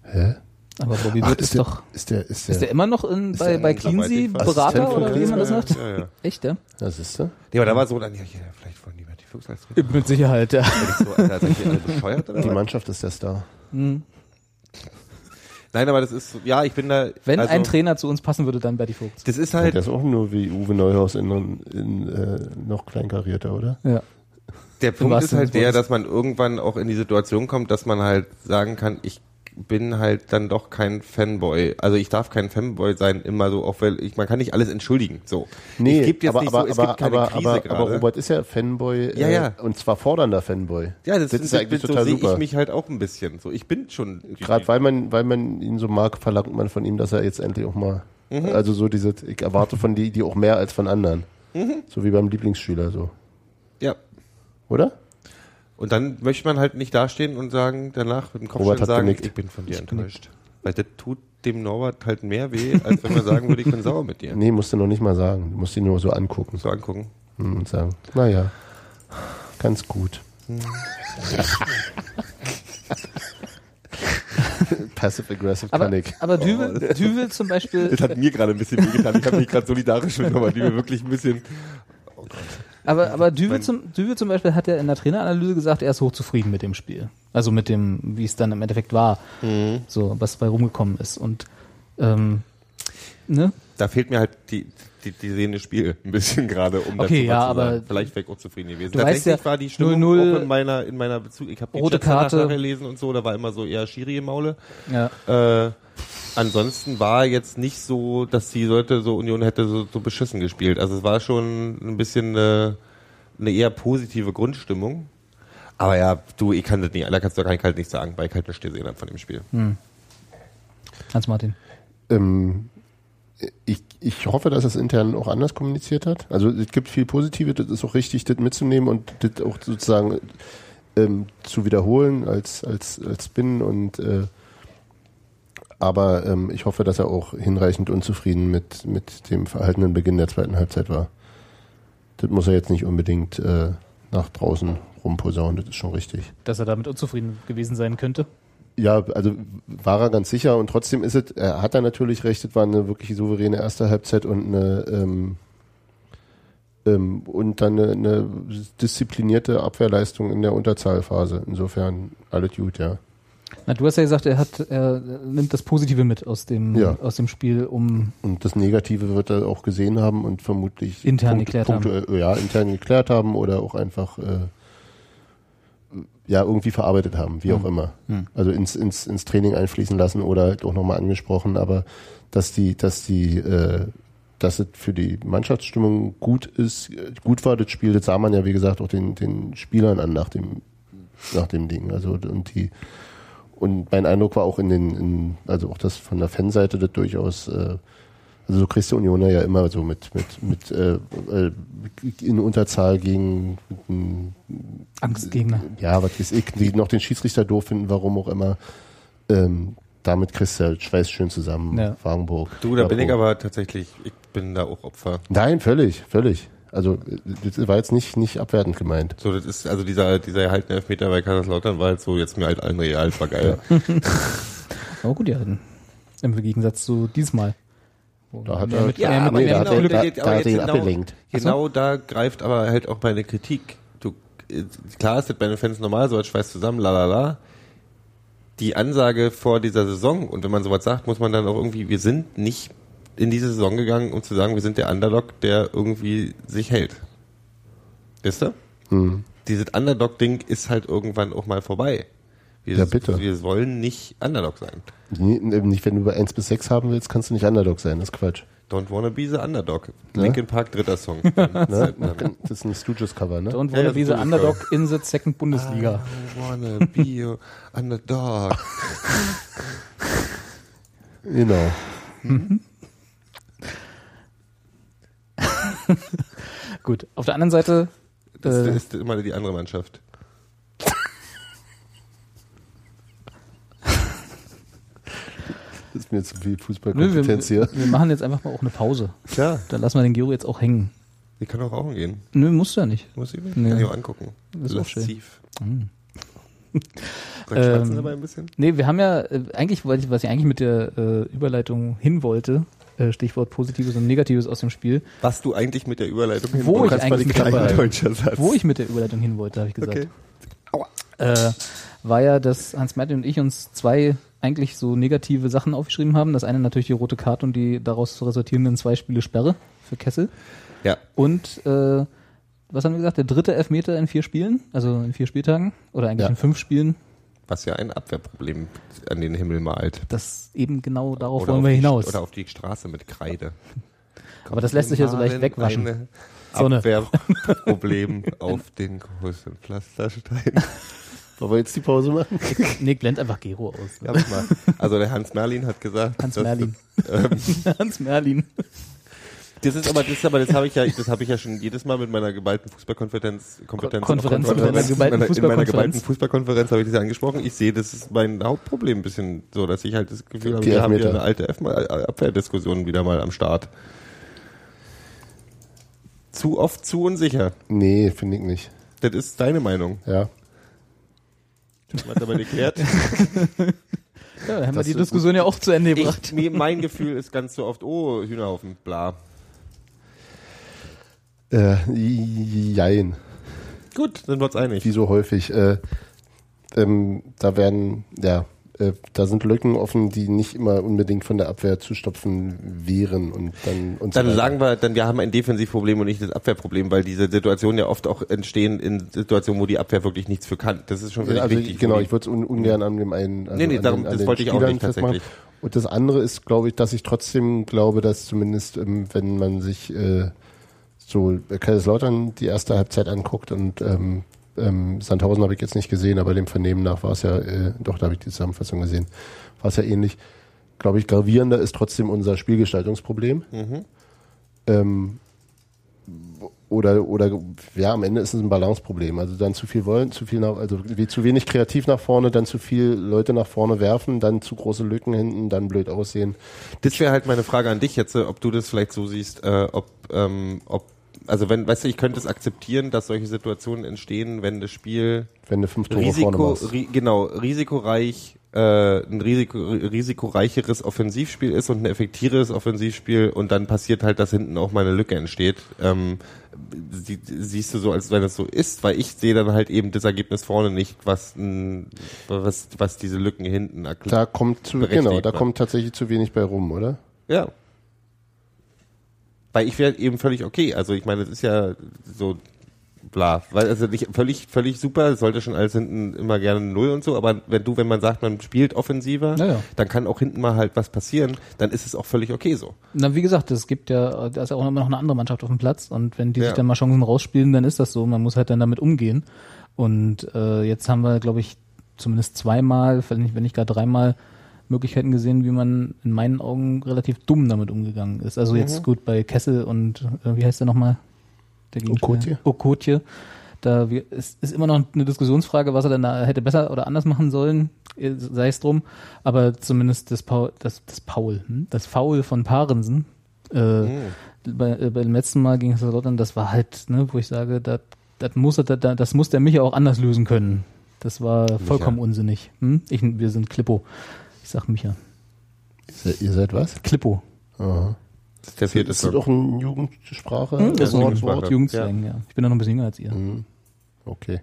Hä? Aber Bobby Ach, Wood ist ist der, doch. ist der, ist der, Ist der immer noch in, Ist bei, der bei in- Cleansy Assistent Berater von oder wie Cleansy, immer das ja, sagt? Ja, ja. Echt, ja? ja, siehst du? Nee, aber da war so dann, ja, hier, vielleicht wollen die Bertie Fuchs als drittes. Mit Sicherheit, ja. Ich so, Alter, seid ihr alle bescheuert oder Die was? Mannschaft ist der Star. Nein, aber das ist, so- ja, ich bin da. Wenn also, ein Trainer zu uns passen würde, dann Betty Vogt. das ist Ja, halt, der ist auch nur wie Uwe Neuhaus in, in äh, noch kleinkarierter, oder? Ja. Der Punkt wahrsten ist halt Sinne des der, Wortes. dass man irgendwann auch in die Situation kommt, dass man halt sagen kann, ich bin halt dann doch kein Fanboy. Also ich darf kein Fanboy sein, immer so, auch weil ich, man kann nicht alles entschuldigen. So. ich geb jetzt nicht so, es gibt keine aber, Krise aber, gerade. aber Robert ist ja Fanboy Ja, äh, ja. und zwar fordernder Fanboy. ja, das, ist sind- eigentlich so total sehe ich super. mich halt auch ein bisschen. So, ich bin schon. Gerade weil man, weil man ihn so mag, verlangt man von ihm, dass er jetzt endlich auch mal. Mhm. Also so diese, ich erwarte von die, die auch mehr als von anderen. Mhm. So wie beim Lieblingsschüler so. ja. Oder? Und dann möchte man halt nicht dastehen und sagen, danach mit dem Robert Kopfschütteln hat sagen, genickt. ich bin von dir enttäuscht. Weil das tut dem Norbert halt mehr weh, als wenn man sagen würde, ich bin sauer mit dir. Nee, musst du noch nicht mal sagen. Du musst ihn nur so angucken So angucken. hm, und sagen, naja, ganz gut. Passive-aggressive Aber, kann ich. aber Düvel, Düvel zum Beispiel, Oh. Das hat mir gerade ein bisschen wehgetan. Ich habe mich gerade solidarisch mit Norbert Liebe wirklich ein bisschen. aber, aber Düvel, Mein- zum, Düvel zum Beispiel hat ja in der Traineranalyse gesagt, er ist hochzufrieden mit dem Spiel. Also mit dem, wie es dann im Endeffekt war. So, was bei rumgekommen ist. Und, ähm, ne? Da fehlt mir halt die, die, die sehende Spiel ein bisschen gerade, um dazu was Okay, ja, zu aber sagen. Vielleicht wäre ich auch zufrieden gewesen. du weißt ja, war die Stimmung 0-0 auch in meiner, in meiner Bezug. Ich habe die Rote Chats danach Karte. gelesen und so, da war immer so eher Schiri im Maule. Ja. Äh, ansonsten war jetzt nicht so, dass die Leute so Union hätte so, so beschissen gespielt. Also es war schon ein bisschen eine, eine eher positive Grundstimmung. Aber ja, du, ich kann das nicht, da kannst du kann ich halt nicht sagen, weil ich halt nicht gesehen habe von dem Spiel. Hans-Martin. ähm, ich, ich hoffe, dass es intern auch anders kommuniziert hat. Also es gibt viel Positive, das ist auch richtig, das mitzunehmen und das auch sozusagen ähm, zu wiederholen als, als, als Spin und äh, aber ähm, ich hoffe, dass er auch hinreichend unzufrieden mit, mit dem verhaltenen Beginn der zweiten Halbzeit war. Das muss er jetzt nicht unbedingt äh, nach draußen rumposaunen, das ist schon richtig. Dass er damit unzufrieden gewesen sein könnte. Ja, also war er ganz sicher und trotzdem ist es, er hat er natürlich recht, es war eine wirklich souveräne erste Halbzeit und eine ähm, ähm, und dann eine, eine disziplinierte Abwehrleistung in der Unterzahlphase. Insofern alles gut, ja. Na, du hast ja gesagt, er hat, er nimmt das Positive mit aus dem, Ja. aus dem Spiel, um Und das Negative wird er auch gesehen haben und vermutlich Intern geklärt haben. haben. Ja, intern geklärt haben oder auch einfach äh, ja irgendwie verarbeitet haben, wie Hm. auch immer. Also ins, ins, ins Training einfließen lassen oder halt auch nochmal angesprochen, aber dass die, dass die, äh, dass es für die Mannschaftsstimmung gut ist, äh, gut war das Spiel, das sah man ja wie gesagt auch den, den Spielern an nach dem, nach dem Ding. Also und die und mein Eindruck war auch in den, in, also auch das von der Fanseite das durchaus äh, also so kriegst du Unioner ja immer so mit, mit, mit äh, äh, in Unterzahl gegen, gegen, Angstgegner. ja, was weiß ich, die noch den Schiedsrichter doof finden, warum auch immer. Ähm, damit kriegst du halt Schweiß schön zusammen, Ja. Wagenburg. Du, da bin ich Wagenburg. aber tatsächlich, ich bin da auch Opfer. Nein, völlig, völlig. Also äh, das war jetzt nicht, nicht abwertend gemeint. So, das ist, also dieser, dieser erhaltene Elfmeter bei Kaiserslautern war halt so, jetzt mir halt allen real war geil. Aber gut, ja, dann im Gegensatz zu diesmal. Da hat Mehr er, mit- Ja, aber nee, da hat genau, er, der da, geht da aber hat er ihn jetzt genau- abgelenkt. Genau da greift aber halt auch meine Kritik. Du, äh, klar ist das bei den Fans normal, so als Schweiß zusammen, la la la. die Ansage vor dieser Saison. Und wenn man sowas sagt, muss man dann auch irgendwie, wir sind nicht in diese Saison gegangen, um zu sagen, wir sind der Underdog, der irgendwie sich hält. Wisst ihr? Hm. Dieses Underdog-Ding ist halt irgendwann auch mal vorbei. Wir, Ja, bitte. wir wollen nicht Underdog sein. Nee, eben nicht, wenn du bei 1 bis 6 haben willst, kannst du nicht Underdog sein, das ist Quatsch. Don't wanna be the Underdog. Ne? Linkin Park, dritter Song. halt Ne? Das ist ein Stooges-Cover, ne? Don't Ja, ja, wanna be the das ist underdog in the second Bundesliga. Don't wanna be a Underdog. Genau. Gut. Auf der anderen Seite, Das Äh. ist immer die andere Mannschaft. Das ist mir jetzt zu viel nö, wir, Fußballkompetenz hier. wir machen jetzt einfach mal auch eine Pause. Tja, Dann lassen wir den Giro jetzt auch hängen. die kann auch rauchen gehen. Nö, muss ja nicht. Muss ich mir Nee. kann ich auch angucken. Das ist auch schön. Lasziv. Mhm. Dann schwatzen Ähm. dabei ein bisschen. Nee, wir haben ja, äh, eigentlich, wollte ich, was ich eigentlich mit der äh, Überleitung hin wollte, äh, Stichwort Positives und Negatives aus dem Spiel, Was du eigentlich mit der Überleitung hin- Wo Du ich kannst mal eigentlich den kleinen dabei- deutscher Satz. wo ich mit der Überleitung hin wollte, habe ich gesagt. Okay. äh, war ja, dass hans mertin und ich uns zwei eigentlich so negative Sachen aufgeschrieben haben. Das eine natürlich die rote Karte und die daraus zu resultierenden zwei Spiele Sperre für Kessel. Ja, Und äh, was haben wir gesagt? Der dritte Elfmeter in vier Spielen, also in vier Spieltagen oder eigentlich Ja. in fünf Spielen. was ja ein Abwehrproblem an den Himmel malt. Das eben genau darauf Oder wollen auf wir die- hinaus. Oder auf die Straße mit Kreide. Aber das lässt sich ja so leicht wegwaschen. So eine- Abwehrproblem auf den großen Pflasterstein. Wollen wir jetzt die Pause machen? Nee, blend einfach Gero aus. Ja, mach mal. Also der Hans Merlin hat gesagt, Hans dass- Merlin. Ähm, Hans Merlin. Das ist aber das, ist aber das habe ich ja, das habe ich ja schon jedes Mal mit meiner geballten Fußballkonferenz, Kompetenz, Konferenz, Konferenz- mit deiner geballten meiner- in meiner Fußballkonferenz. geballten Fußballkonferenz habe ich das ja angesprochen. Ich sehe, das ist mein Hauptproblem ein bisschen so, dass ich halt das Gefühl habe, Die wir haben wieder Elfmeter. eine alte Elf- Abwehrdiskussion wieder mal am Start. Zu oft, zu unsicher. Nee, finde ich nicht. Das ist deine Meinung. Ja. Das hat aber geklärt. Ja, da haben wir Das die ist- Diskussion ja auch zu Ende Ich, gebracht. mir- mein Gefühl ist ganz so oft, oh, Hühnerhaufen, bla. Äh, jein. Gut, sind wir uns einig. wie so häufig. Äh, ähm, da werden, ja, äh, da sind Lücken offen, die nicht immer unbedingt von der Abwehr zu stopfen wären und dann und so Dann weiter. sagen wir, dann wir haben ein Defensivproblem und nicht das Abwehrproblem, weil diese Situationen ja oft auch entstehen in Situationen, wo die Abwehr wirklich nichts für kann. Das ist schon Ja, wirklich also, wichtig. genau, ich würde es un ungern an dem einen. Also Nee, nee, an darum- das wollte ich auch Spielern nicht festmachen. tatsächlich. Und das andere ist, glaube ich, dass ich trotzdem glaube, dass zumindest, ähm, wenn man sich äh, so Kaiserslautern die erste Halbzeit anguckt und ähm, ähm, Sandhausen habe ich jetzt nicht gesehen, aber dem Vernehmen nach war es ja, äh, doch, da habe ich die Zusammenfassung gesehen, war es ja ähnlich. Glaube ich, gravierender ist trotzdem unser Spielgestaltungsproblem. Ähm, oder, oder ja, am Ende ist es ein Balanceproblem. Also dann zu viel wollen, zu viel nach, also wie zu wenig kreativ nach vorne, dann zu viel Leute nach vorne werfen, dann zu große Lücken hinten, dann blöd aussehen. das wäre halt meine Frage an dich jetzt, äh, ob du das vielleicht so siehst, äh, ob, ähm, ob, also wenn, weißt du, ich könnte es akzeptieren, dass solche Situationen entstehen, wenn das Spiel Wenn du fünf Tore vorne Risiko, machst. ri genau, risikoreich, äh, ein Risiko, risikoreicheres Offensivspiel ist und ein effektiveres Offensivspiel und dann passiert halt, dass hinten auch mal eine Lücke entsteht. Ähm, sie, siehst du so, als wenn es so ist, weil ich sehe dann halt eben das Ergebnis vorne nicht, was, n- was, was diese Lücken hinten erklärt. Da kommt zu, Berechtigt, genau, da ne? kommt tatsächlich zu wenig bei rum, oder? Ja. Weil ich wäre eben völlig okay. Also ich meine, das ist ja so bla. Weil also nicht völlig, völlig super, es sollte schon alles hinten immer gerne null und so, aber wenn du, wenn man sagt, man spielt offensiver, Naja. dann kann auch hinten mal halt was passieren, dann ist es auch völlig okay so. Na, wie gesagt, es gibt ja, äh, da ist ja auch immer noch eine andere Mannschaft auf dem Platz und wenn die Ja. sich dann mal Chancen rausspielen, dann ist das so. Man muss halt dann damit umgehen. Und äh, jetzt haben wir, glaube ich, zumindest zweimal, wenn nicht, wenn nicht gar dreimal, Möglichkeiten gesehen, wie man in meinen Augen relativ dumm damit umgegangen ist. Also jetzt gut bei Kessel und äh, wie heißt der nochmal? Der Gegenspieler? Okotje. Da wir, es ist immer noch eine Diskussionsfrage, was er denn da hätte besser oder anders machen sollen, eh, sei es drum. Aber zumindest das Paul, das, das Paul, hm? das Foul von Parensen, äh, bei, äh, beim letzten Mal gegen Salotten, das war halt, ne, wo ich sage, das, das muss, er- das, das muss der Micha auch anders lösen können. Das war vollkommen unsinnig. Hm? Ich, wir sind Klippo. Ich sag Micha. Se- Ihr seid was? Klippo. Aha. Das ist der vierte Ist das Song. auch eine Jugendsprache? das ist eine Wort- Jugendsprache. Wort? Jugendslang, Mhm. ja. Ich bin da noch ein bisschen jünger als ihr. Okay.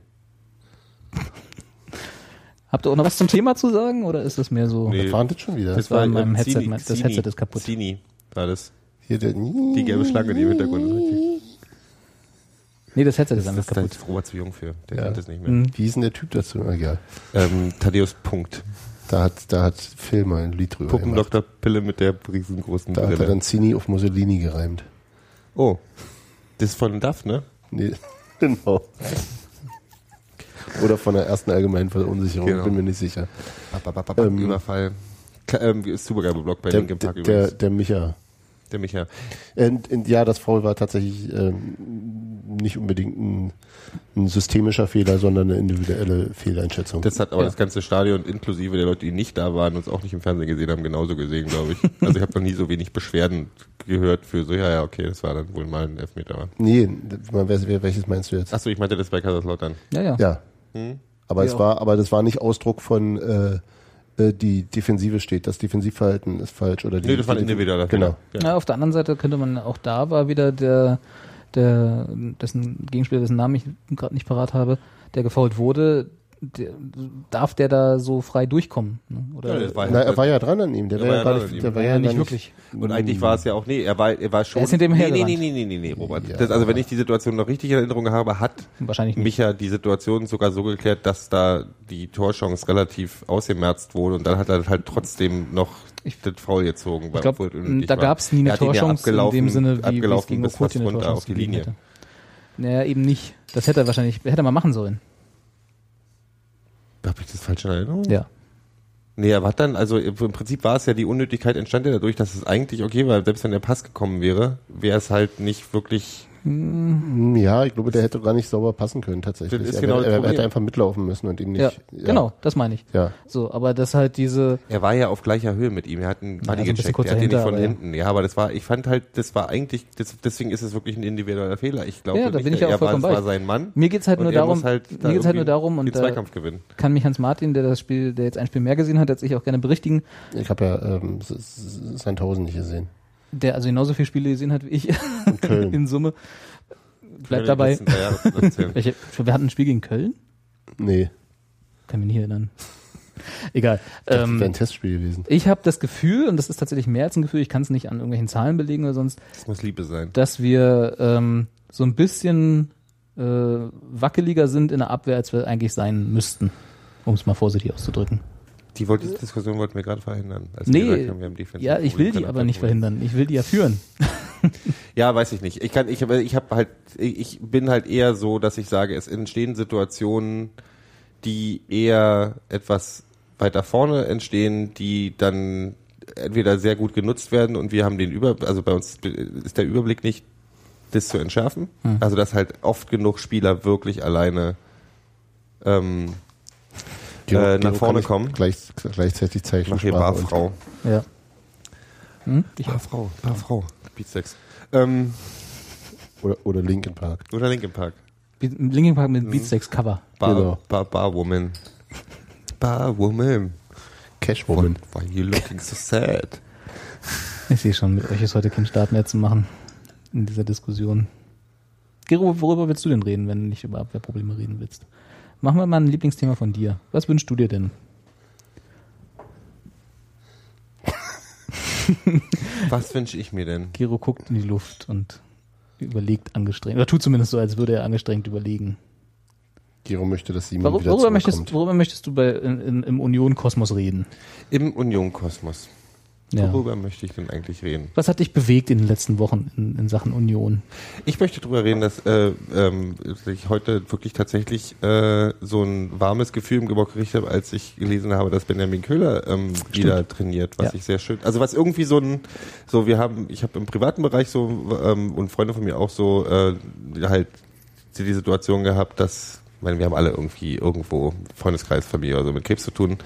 Habt ihr auch noch was zum Thema zu sagen oder ist das mehr so? Nee. Wir fahren das schon wieder. Das war in äh, meinem Headset. Zini, Mein- das Zini, Headset ist kaputt. Zini war das. Hier der Die gelbe Schlange, die im Hintergrund ist richtig. Nee, das Headset ist Das einfach ist, halt da kaputt. ist Robert zu jung für. Der Ja. kennt das nicht mehr. Mhm. Wie ist denn der Typ dazu? Na, Egal. Ähm, Thaddeus Punkt. Da hat, da hat Phil mal ein Lied drüber gemacht. Puppendoktor Pille mit der riesengroßen Da hat er Brille. dann Zini auf Mussolini gereimt. Oh. Das ist von Duff, ne? Nee, genau. Oder von der ersten allgemeinen Verunsicherung, Genau. bin mir nicht sicher. Ähm, Überfall. Ka ähm, ist Supergabeblock bei Der, Linkin der, Park der, übrigens. der Micha. Ähm, Der Micha. Und, und ja, das Foul war tatsächlich ähm, nicht unbedingt ein, ein systemischer Fehler, sondern eine individuelle Fehleinschätzung. Das hat aber Ja. das ganze Stadion inklusive der Leute, die nicht da waren und es auch nicht im Fernsehen gesehen haben, genauso gesehen, glaube ich. Also ich habe noch nie so wenig Beschwerden gehört für so, ja, ja, okay, das war dann wohl mal ein Elfmeter. aber- nee, man weiß, wer- welches meinst du jetzt? Achso, ich meinte das bei Kaiserslautern. Ja, ja. Ja. Hm? Aber Ja. es war, aber das war nicht Ausdruck von äh, äh, die Defensive steht, das Defensivverhalten ist falsch oder die. Nee, das war ein die- individueller Genau. Fehler. Ja. Ja, auf der anderen Seite könnte man auch da war wieder der, der dessen Gegenspieler, dessen Namen ich gerade nicht parat habe, der gefault wurde, der, darf der da so frei durchkommen? Ne? Ja, Oder das war- Na, er war halt ja dran an ihm. Der, Der war ja war ja gar dran an ihm. nicht, der war Ja, ja, nicht gar wirklich. Und eigentlich war es ja auch, nee, er war, er war schon. Er ist hinter ihm nee, nee, hergerannt. nee, nee, nee, nee, nee, Robert. Ja. Das, also wenn ich die Situation noch richtig in Erinnerung habe, hat wahrscheinlich nicht. Micha die Situation sogar so geklärt, dass da die Torchance relativ ausgemerzt wurde und dann hat er halt trotzdem noch Ich- das Foul gezogen. weil Ich glaube, obwohl es unnötig da war. gab es nie eine Er hat ihn ja Torchance in abgelaufen- dem Sinne, wie wie es abgelaufen gegen bis fast Okoti eine runter Torchance auf die gegeben Linie. hätte. Naja, eben nicht. Das hätte er wahrscheinlich, hätte er mal machen sollen. Habe ich das falsch in Erinnerung? Ja. Nee, aber hat dann, also im Prinzip war es ja die Unnötigkeit entstand ja dadurch, dass es eigentlich okay war, selbst wenn der Pass gekommen wäre, wäre es halt nicht wirklich. Hm, Ja, ich glaube, der hätte gar nicht sauber passen können tatsächlich. Das ist er genau das er, er Problem. hätte einfach mitlaufen müssen und ihm nicht. Ja, genau, das meine ich. Ja. So, aber das halt diese, Er war ja auf gleicher Höhe mit ihm. Er hat einen Buddy also ein bisschen gecheckt. kurz er hat ihn nicht dahinter, von aber ja. hinten. Ja, aber das war, ich fand halt, das war eigentlich, das, deswegen ist es wirklich ein individueller Fehler. Ich glaube, Ja, da nicht, bin ich ja auch er war, vollkommen es war bei. sein Mann. mir geht's halt und nur er darum, muss halt da mir geht's halt nur irgendwie darum und den da Zweikampf gewinnen. kann mich Hans Martin, der das Spiel, der jetzt ein Spiel mehr gesehen hat, als ich auch gerne berichtigen, Ich habe ja ähm, S- S- Sandhausen nicht gesehen. der also genauso viele Spiele gesehen hat wie ich Und Köln. in Summe. Können Bleibt wir dabei. die letzten drei Jahre von erzählen. Welche, wir hatten ein Spiel gegen Köln? nee, Kann mich nicht erinnern. Egal. das Ähm, wäre ein Testspiel Äh, gewesen. ich habe das Gefühl, und das ist tatsächlich mehr als ein Gefühl, ich kann es nicht an irgendwelchen Zahlen belegen oder sonst, das muss Liebe sein. dass wir ähm, so ein bisschen äh, wackeliger sind in der Abwehr, als wir eigentlich sein müssten, um es mal vorsichtig auszudrücken. Die, wollte, die Diskussion wollten wir gerade verhindern. als wir Nee, gesagt haben, wir haben Defensive ja, ich Probleme, will die können aber nicht Probleme. verhindern. Ich will die ja führen. Ja, weiß ich nicht. Ich kann, ich, ich habe halt, ich bin halt eher so, dass ich sage, es entstehen Situationen, die eher etwas weiter vorne entstehen, die dann entweder sehr gut genutzt werden und wir haben den Über, also bei uns ist der Überblick nicht, das zu entschärfen. Also dass halt oft genug Spieler wirklich alleine ähm, äh, nach vorne kann ich kommen. Gleich, gleichzeitig Zeichen. nach hier Barfrau. Ja. Hm? Ich, Barfrau, Barfrau. Beatsex. Ähm, Oder, oder Linkin Park. oder Linkin Park. Linkin Park Hm. mit Beatsex Cover. Bar, Genau. Bar, Barwoman. Barwoman. Cashwoman. Why you looking so sad? Ich sehe schon, mit euch ist heute kein Start mehr zu machen in dieser Diskussion. Gero, worüber willst du denn reden, wenn du nicht über Abwehrprobleme reden willst? Machen wir mal ein Lieblingsthema von dir. Was wünschst du dir denn? Was wünsche ich mir denn? Gero guckt in die Luft und überlegt angestrengt. Oder tut zumindest so, als würde er angestrengt überlegen. Gero möchte, dass Simon Worüber, wieder worüber, zurückkommt. möchtest, worüber möchtest du bei, in, in, im Union-Kosmos reden? Im Union-Kosmos. Ja. Worüber möchte ich denn eigentlich reden? Was hat dich bewegt in den letzten Wochen in, in Sachen Union? Ich möchte darüber reden, dass äh, ähm, ich heute wirklich tatsächlich äh, so ein warmes Gefühl im Gebot gekriegt habe, als ich gelesen habe, dass Benjamin Köhler ähm, wieder trainiert, was Ja. ich sehr schön. Also was irgendwie so ein, so wir haben, ich habe im privaten Bereich so ähm, und Freunde von mir auch so äh, halt die die Situation gehabt, dass, ich meine, wir haben alle irgendwie irgendwo Freundeskreis, Familie oder so mit Krebs zu tun.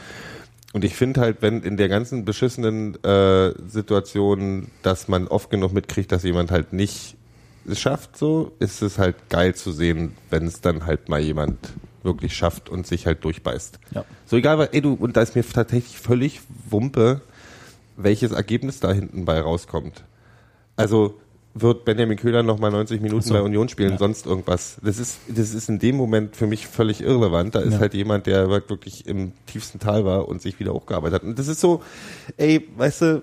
Und ich finde halt, wenn in der ganzen beschissenen äh, Situation, dass man oft genug mitkriegt, dass jemand halt nicht es schafft, so, ist es halt geil zu sehen, wenn es dann halt mal jemand wirklich schafft und sich halt durchbeißt. Ja. So egal, was, ey du, und da ist mir tatsächlich völlig Wumpe, welches Ergebnis da hinten bei rauskommt. Also wird Benjamin Köhler nochmal 90 Minuten Ach so. bei Union spielen, sonst irgendwas. Das ist, das ist in dem Moment für mich völlig irrelevant. Da ist Ja. halt jemand, der wirklich im tiefsten Tal war und sich wieder hochgearbeitet hat. Und das ist so, ey, weißt du,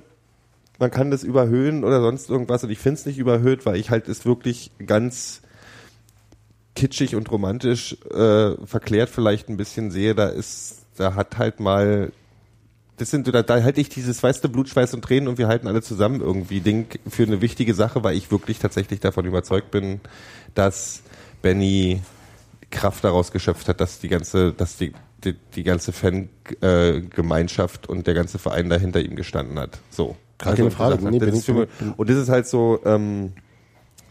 man kann das überhöhen oder sonst irgendwas und ich finde es nicht überhöht, weil ich halt es wirklich ganz kitschig und romantisch äh, verklärt vielleicht ein bisschen sehe, da ist, da hat halt mal das sind, da, da halte ich dieses, weißt du, Blut, Schweiß und Tränen und wir halten alle zusammen irgendwie Ding für eine wichtige Sache, weil ich wirklich tatsächlich davon überzeugt bin, dass Benny Kraft daraus geschöpft hat, dass die ganze, dass die, die, die ganze Fangemeinschaft und der ganze Verein da hinter ihm gestanden hat. So. Also, Gar keine Frage. wie gesagt, Nee, das bin ist ich- für, bin- und das ist halt so, ähm,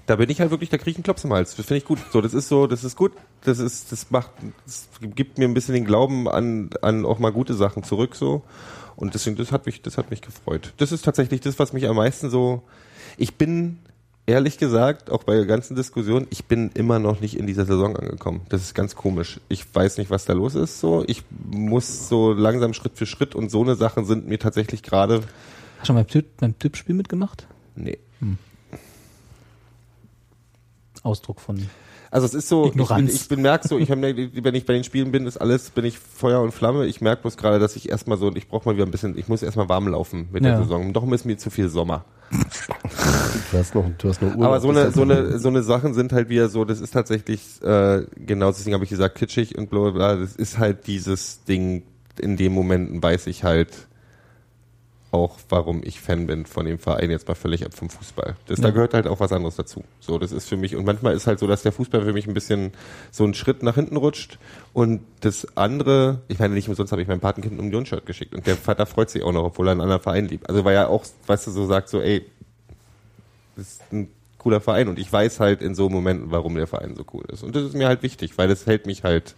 da bin ich halt wirklich, da kriege ich einen Klops im Hals. Das finde ich gut. So, das ist so, das ist gut. Das ist, das macht, das gibt mir ein bisschen den Glauben an, an auch mal gute Sachen zurück, so. Und deswegen, das hat mich, das hat mich gefreut. Das ist tatsächlich das, was mich am meisten so, ich bin, ehrlich gesagt, auch bei der ganzen Diskussion, ich bin immer noch nicht in dieser Saison angekommen. Das ist ganz komisch. Ich weiß nicht, was da los ist, so. Ich muss so langsam Schritt für Schritt und so eine Sachen sind mir tatsächlich gerade, Hast du schon beim, Tipp, beim Tippspiel mitgemacht? nee. Ausdruck von. Also es ist so, Ignoranz. ich, bin- ich merke so, ich hab, wenn ich bei den Spielen bin, ist alles, bin ich Feuer und Flamme. Ich merke bloß gerade, dass ich erstmal so, ich brauche mal wieder ein bisschen, ich muss erstmal warm laufen mit Ja. der Saison. Doch ist mir zu viel Sommer. Du hast noch, du hast noch Uhr. Aber so eine, so eine, so eine Sachen sind halt wieder so, das ist tatsächlich, äh, genau deswegen habe ich gesagt, kitschig und bla bla bla. Das ist halt dieses Ding, in dem Momenten weiß ich halt auch, warum ich Fan bin von dem Verein, jetzt mal völlig ab vom Fußball. Das, Da Ja. gehört halt auch was anderes dazu. So, das ist für mich, und manchmal ist halt so, dass der Fußball für mich ein bisschen so einen Schritt nach hinten rutscht und das andere, ich meine, nicht umsonst habe ich meinem Patenkind ein Union-Shirt geschickt und der Vater freut sich auch noch, obwohl er einen anderen Verein liebt. Also, weil er auch, weißt du, so sagt so, ey, das ist ein cooler Verein und ich weiß halt in so Momenten, warum der Verein so cool ist. Und das ist mir halt wichtig, weil das hält mich halt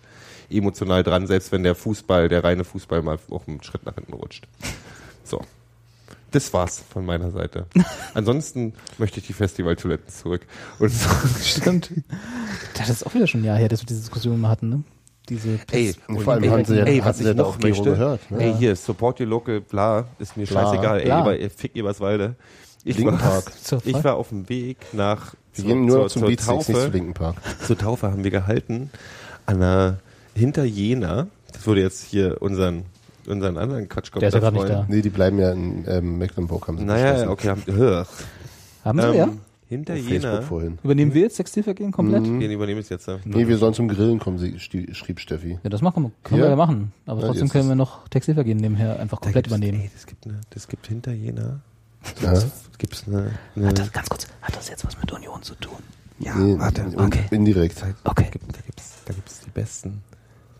emotional dran, selbst wenn der Fußball, der reine Fußball mal auch einen Schritt nach hinten rutscht. So. Das war's von meiner Seite. Ansonsten möchte ich die Festivaltoiletten zurück. Und so, Stimmt. Das ist auch wieder schon ein Jahr her, dass wir diese Diskussion mal hatten, ne? Diese Ey, Pest- Und vor allem haben sie ja, ey, haben was sie ich ja da noch auch Gero möchte, gehört. Ne? ey, hier, support your local, bla, ist mir Bla. scheißegal, ey, Bla. aber ihr fick Eberswalde. Ich Linken war, Park. Zur ich Fuck. war auf dem Weg nach, Sie zur- gehen nur zur- noch zum zur Beat Six, nicht Taufe. zu Linken Park. zur Taufe haben wir gehalten an der, hinter Jena. Das würde jetzt hier unseren, unseren anderen Quatschkopf Der ist ja da gerade nicht freuen. da. Nee, die bleiben ja in ähm, Mecklenburg, haben sie Naja, beschlossen. okay. Haben, hör, Haben sie, ähm, Oh ja? Hinter Auf Jena. Facebook vorhin. Übernehmen wir jetzt Textilvergehen komplett? Mhm. Den übernehme ich jetzt. ja. Nee, wir sollen zum Grillen kommen, sie, sti- schrieb Steffi. Ja, das machen wir, können Ja. wir ja machen. Aber Ja, trotzdem jetzt können ist- wir noch Textilvergehen nebenher einfach Da komplett gibt's- übernehmen. Ey, das, gibt eine, das gibt hinter Jena. Ja. Gibt's eine, eine, Hat das, ganz kurz, hat das jetzt was mit Union zu tun? ja, Nee, warte. und okay. Indirekt. Okay. Gibt, da gibt's, da gibt's die besten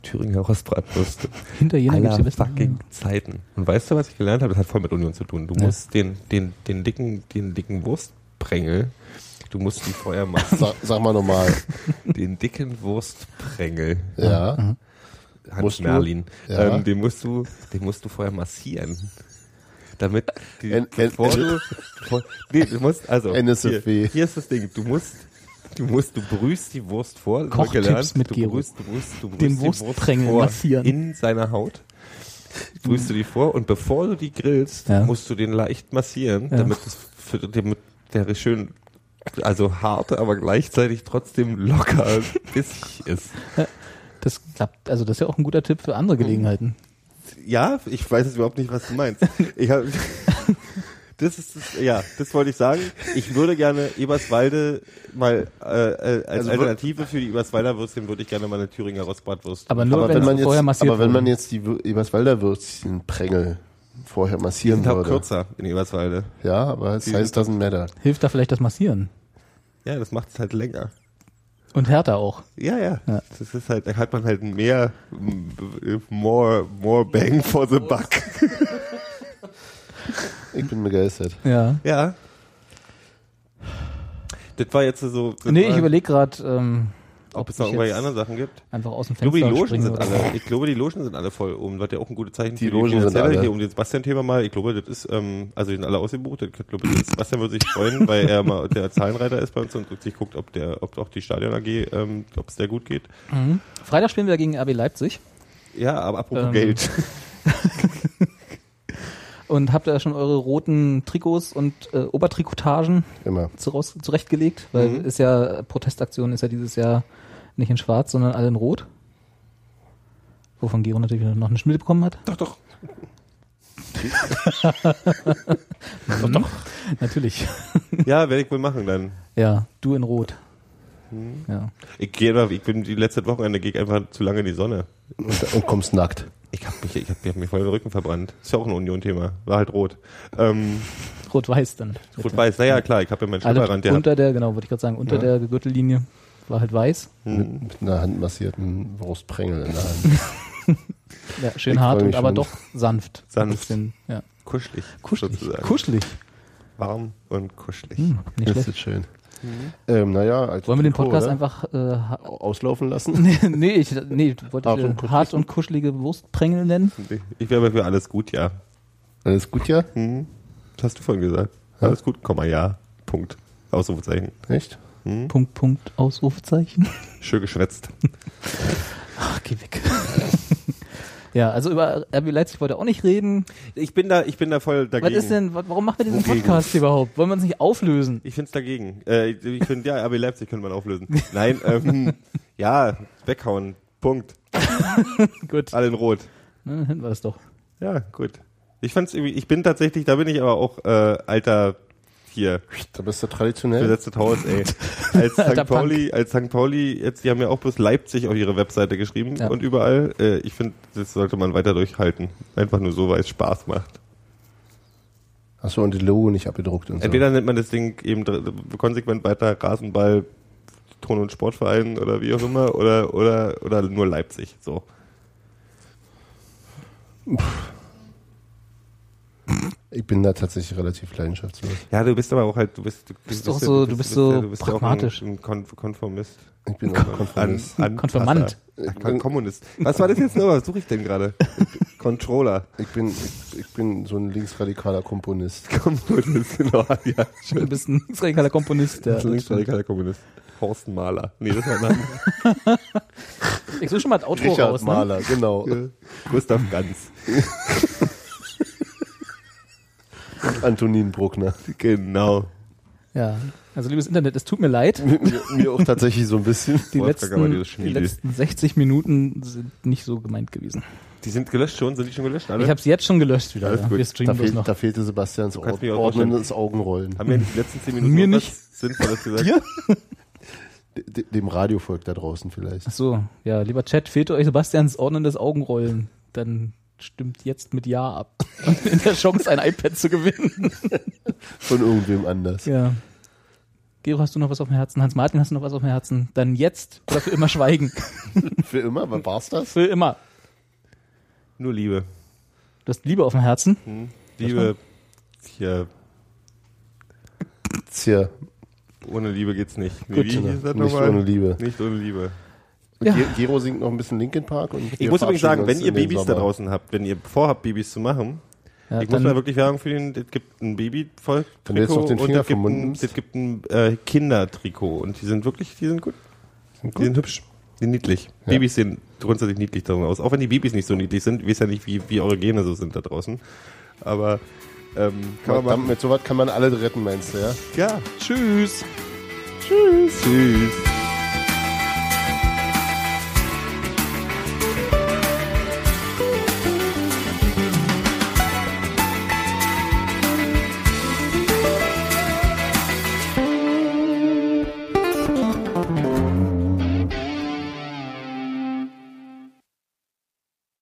Thüringer Rostbratwürste. Hinter jener aller gibt's die besten. fucking Zeiten. Und weißt du, was ich gelernt habe? Das hat voll mit Union zu tun. Du Ja. musst den, den, den dicken, den dicken Wurstprängel, du musst die vorher machen. Sag, sag mal normal. den dicken Wurstprängel, Ja. Mhm. Hans Musst du- Merlin, ja. ähm, den musst du, den musst du vorher massieren. Damit, die, N- N- bevor du, bevor, nee, du musst, also, NSFW. Hier, hier ist das Ding, du musst, du musst, du brühst die Wurst vor, das haben wir Kochtipps gelernt. mit du Gero. brühst, du brühst, du brühst Den die Wurst Wurstprängel vor massieren. In seiner Haut. Brühst du die vor und bevor du die grillst, Ja. musst du den leicht massieren, Ja. damit das, für, damit der schön, also hart, aber gleichzeitig trotzdem locker bissig ist. Das klappt, also das ist ja auch ein guter Tipp für Mhm. andere Gelegenheiten. Ja, ich weiß jetzt überhaupt nicht, was du meinst. Ich hab, das ist das, ja, das wollte ich sagen. Ich würde gerne Eberswalde mal äh, äh, als Also wir- Alternative für die Eberswalder Würstchen würde ich gerne mal eine Thüringer Rostbratwurst. Aber nur, aber wenn, wenn, man es vorher jetzt, massiert aber wenn man wurde. jetzt die Wür- Eberswalder Würstchen Prängel vorher die massieren sind auch würde. kürzer in Eberswalde. Ja, aber es Die heißt, doesn't matter. Hilft da vielleicht das Massieren. Ja, das macht es halt länger. Und härter auch. Ja, ja, Ja. Das ist halt, da hat man halt mehr m- more more bang for the buck. Ich bin begeistert. Ja. Ja. Das war jetzt so. das Nee, war, ich überlege gerade, ähm, ob es ich noch irgendwelche jetzt anderen Sachen gibt. einfach aus dem Ich glaube, Fenster die Logen springen sind würde. alle, ich glaube, die Logen sind alle voll um. Was ja auch ein gutes Zeichen Die für Logen sind finanzielle- alle. Hier um das Bastian-Thema mal. Ich glaube, das ist, ähm, also die sind alle ausgebucht. Ich glaube, das ist, Bastian würde sich freuen, weil er mal der Zahlenreiter ist bei uns und sich guckt, ob der, ob auch die Stadion AG, ähm, ob es der gut geht. Freitag spielen wir gegen RB Leipzig. Ja, aber apropos Ähm. Geld. und habt da schon eure roten Trikots und äh, Obertrikotagen Immer. zuraus, zurechtgelegt, weil Mhm. ist ja Protestaktion ist ja dieses Jahr nicht in Schwarz, sondern alle in Rot. Wovon Gero natürlich noch eine Schmiede bekommen hat. Doch, doch. Doch, doch. Mhm. Natürlich. Ja, werde ich wohl machen dann. Ja, du in Rot. Mhm. Ja. Ich gehe immer, ich bin die letzte Wochenende gehe ich einfach zu lange in die Sonne. Und, und kommst nackt. Ich habe mich, ich hab, ich hab mir voll den Rücken verbrannt. Ist ja auch ein Union-Thema. War halt rot. Ähm, Rot-Weiß dann. rot weiß. Naja, klar, ich habe ja meinen Alle Schlepperrand gehabt. unter der, genau, würde ich gerade sagen, unter der Gürtellinie war halt weiß. Mhm. Mit, mit einer handmassierten Brustprängel in der Hand. Ja, schön Ich hart freu und mich aber schon. doch sanft. Sanft. Bisschen, ja. Kuschelig. Kuschelig. Sozusagen. Kuschelig. Warm und kuschelig. Hm, nicht Das schlecht. ist schön. Mhm. Ähm, naja, als Wollen wir den Trikot, Podcast oder? einfach äh, ha- auslaufen lassen? nee, nee, ich nee, ich wollte Hart hart, und kuschelig. hart und kuschelige Wurstprängel nennen. Ich wäre aber für alles gut, ja. Alles gut, ja? Hm. Das hast du vorhin gesagt. Alles gut, Komma, ja. Punkt. Ausrufezeichen. Echt? Punkt, Punkt, Ausrufezeichen. Schön geschwätzt. Ach, geh weg. ja, also über RB Leipzig wollte er auch nicht reden. Ich bin da, ich bin da voll Was dagegen. ist denn, wa- warum machen wir diesen Wogegen? Podcast überhaupt? Wollen wir uns nicht auflösen? Ich find's dagegen. Äh, ich- ich finde, ja, RB Leipzig könnte man auflösen. Nein, ähm, ja, weghauen. Punkt. Gut, Alle in Rot. ne, hinten war das doch. Ja, gut. Ich fand's irgendwie, ich bin tatsächlich, da bin ich aber auch äh, alter hier, Da bist du traditionell. besetztes Haus, ey. Als Äh? Alter St. Pauli, als St. Pauli, jetzt, die haben ja auch bloß Leipzig auf ihre Webseite geschrieben Ja. und überall. Äh, ich finde, das sollte man weiter durchhalten. Einfach nur so, weil es Spaß macht. Achso, und die Logo nicht abgedruckt und so. Entweder nennt man das Ding eben dr- konsequent weiter Rasenball, Ton- und Sportverein oder wie auch immer oder, oder, oder nur Leipzig. So. Ich bin da tatsächlich relativ leidenschaftslos. Ja, du bist aber auch halt, du bist, du bist doch so- du bist so ja- ja auch pragmatisch. ein, ein Kon- Konformist. Ich bin auch Konformist. An, an Konfirmant. Passer. Kon- Kommunist. Was war das jetzt noch? Was suche ich denn gerade? Controller. Ich bin, ich, ich bin so ein linksradikaler Komponist. Kommunist, genau. Ja, Du schön. bist ein israelikaler Komponist. Ja, Ja, das stimmt. Linksradikaler Kommunist. Horst Mahler. Nee, das war ein anderer. ich suche schon mal das Outro raus. Ne? Mahler, genau. Gustav Ganz. Antonin Bruckner. Genau. Ja, also liebes Internet, es tut mir leid. Mir, mir auch tatsächlich so ein bisschen. Die Wolfgang, aber letzten, dieses die Schniedel. letzten 60 Minuten sind nicht so gemeint gewesen. Die sind gelöscht schon? Sind die schon gelöscht? Alle? Ich habe es jetzt schon gelöscht wieder. Alles Ja. gut. Wir Da, streamen bloß fehlt, noch. da fehlte Sebastians kannst mich auch ordnendes Augenrollen. Haben wir in den letzten zehn Minuten Mir irgendwas nicht. Sinnvolles gesagt? D- d- Dem Radiovolk da draußen vielleicht. Ach so, ja, lieber Chat, fehlt euch Sebastians ordnendes Augenrollen? Dann stimmt jetzt mit Ja ab. Und in der Chance, ein iPad zu gewinnen. Von irgendwem anders. Ja. Gero, hast du noch was auf dem Herzen? Hans-Martin, hast du noch was auf dem Herzen? Dann jetzt oder für immer schweigen. Für immer? Wann war's das? Für immer. Nur Liebe. Du hast Liebe auf dem Herzen. Liebe. Hier. Tja, Ohne Liebe geht's nicht. Nee, Gut, wie hieß das nicht nochmal? ohne Liebe. Nicht ohne Liebe. Und Ja. Ge- Gero singt noch ein bisschen Linkin Park. Und Ich wir muss übrigens sagen, verabschieden wenn uns ihr in den Babys da Sommer. draußen habt, wenn ihr vorhabt, Babys zu machen, Ja, ich muss dann- mal wirklich Werbung für den, es gibt ein Baby-Trikot Wenn du jetzt noch den und Finger es gibt vom Mund ein, nimmst. es gibt ein äh, Kindertrikot und die sind wirklich, die sind gut. Sind Die gut. sind hübsch. Die sind niedlich. Ja. Babys sehen grundsätzlich niedlich darin aus. Auch wenn die Babys nicht so niedlich sind, ich weiß ja nicht, wie, wie eure Gene so sind da draußen. Aber ähm, kann man Verdammt, machen. mit sowas kann man alle retten, meinst du, ja? Ja. Tschüss. Tschüss. Tschüss.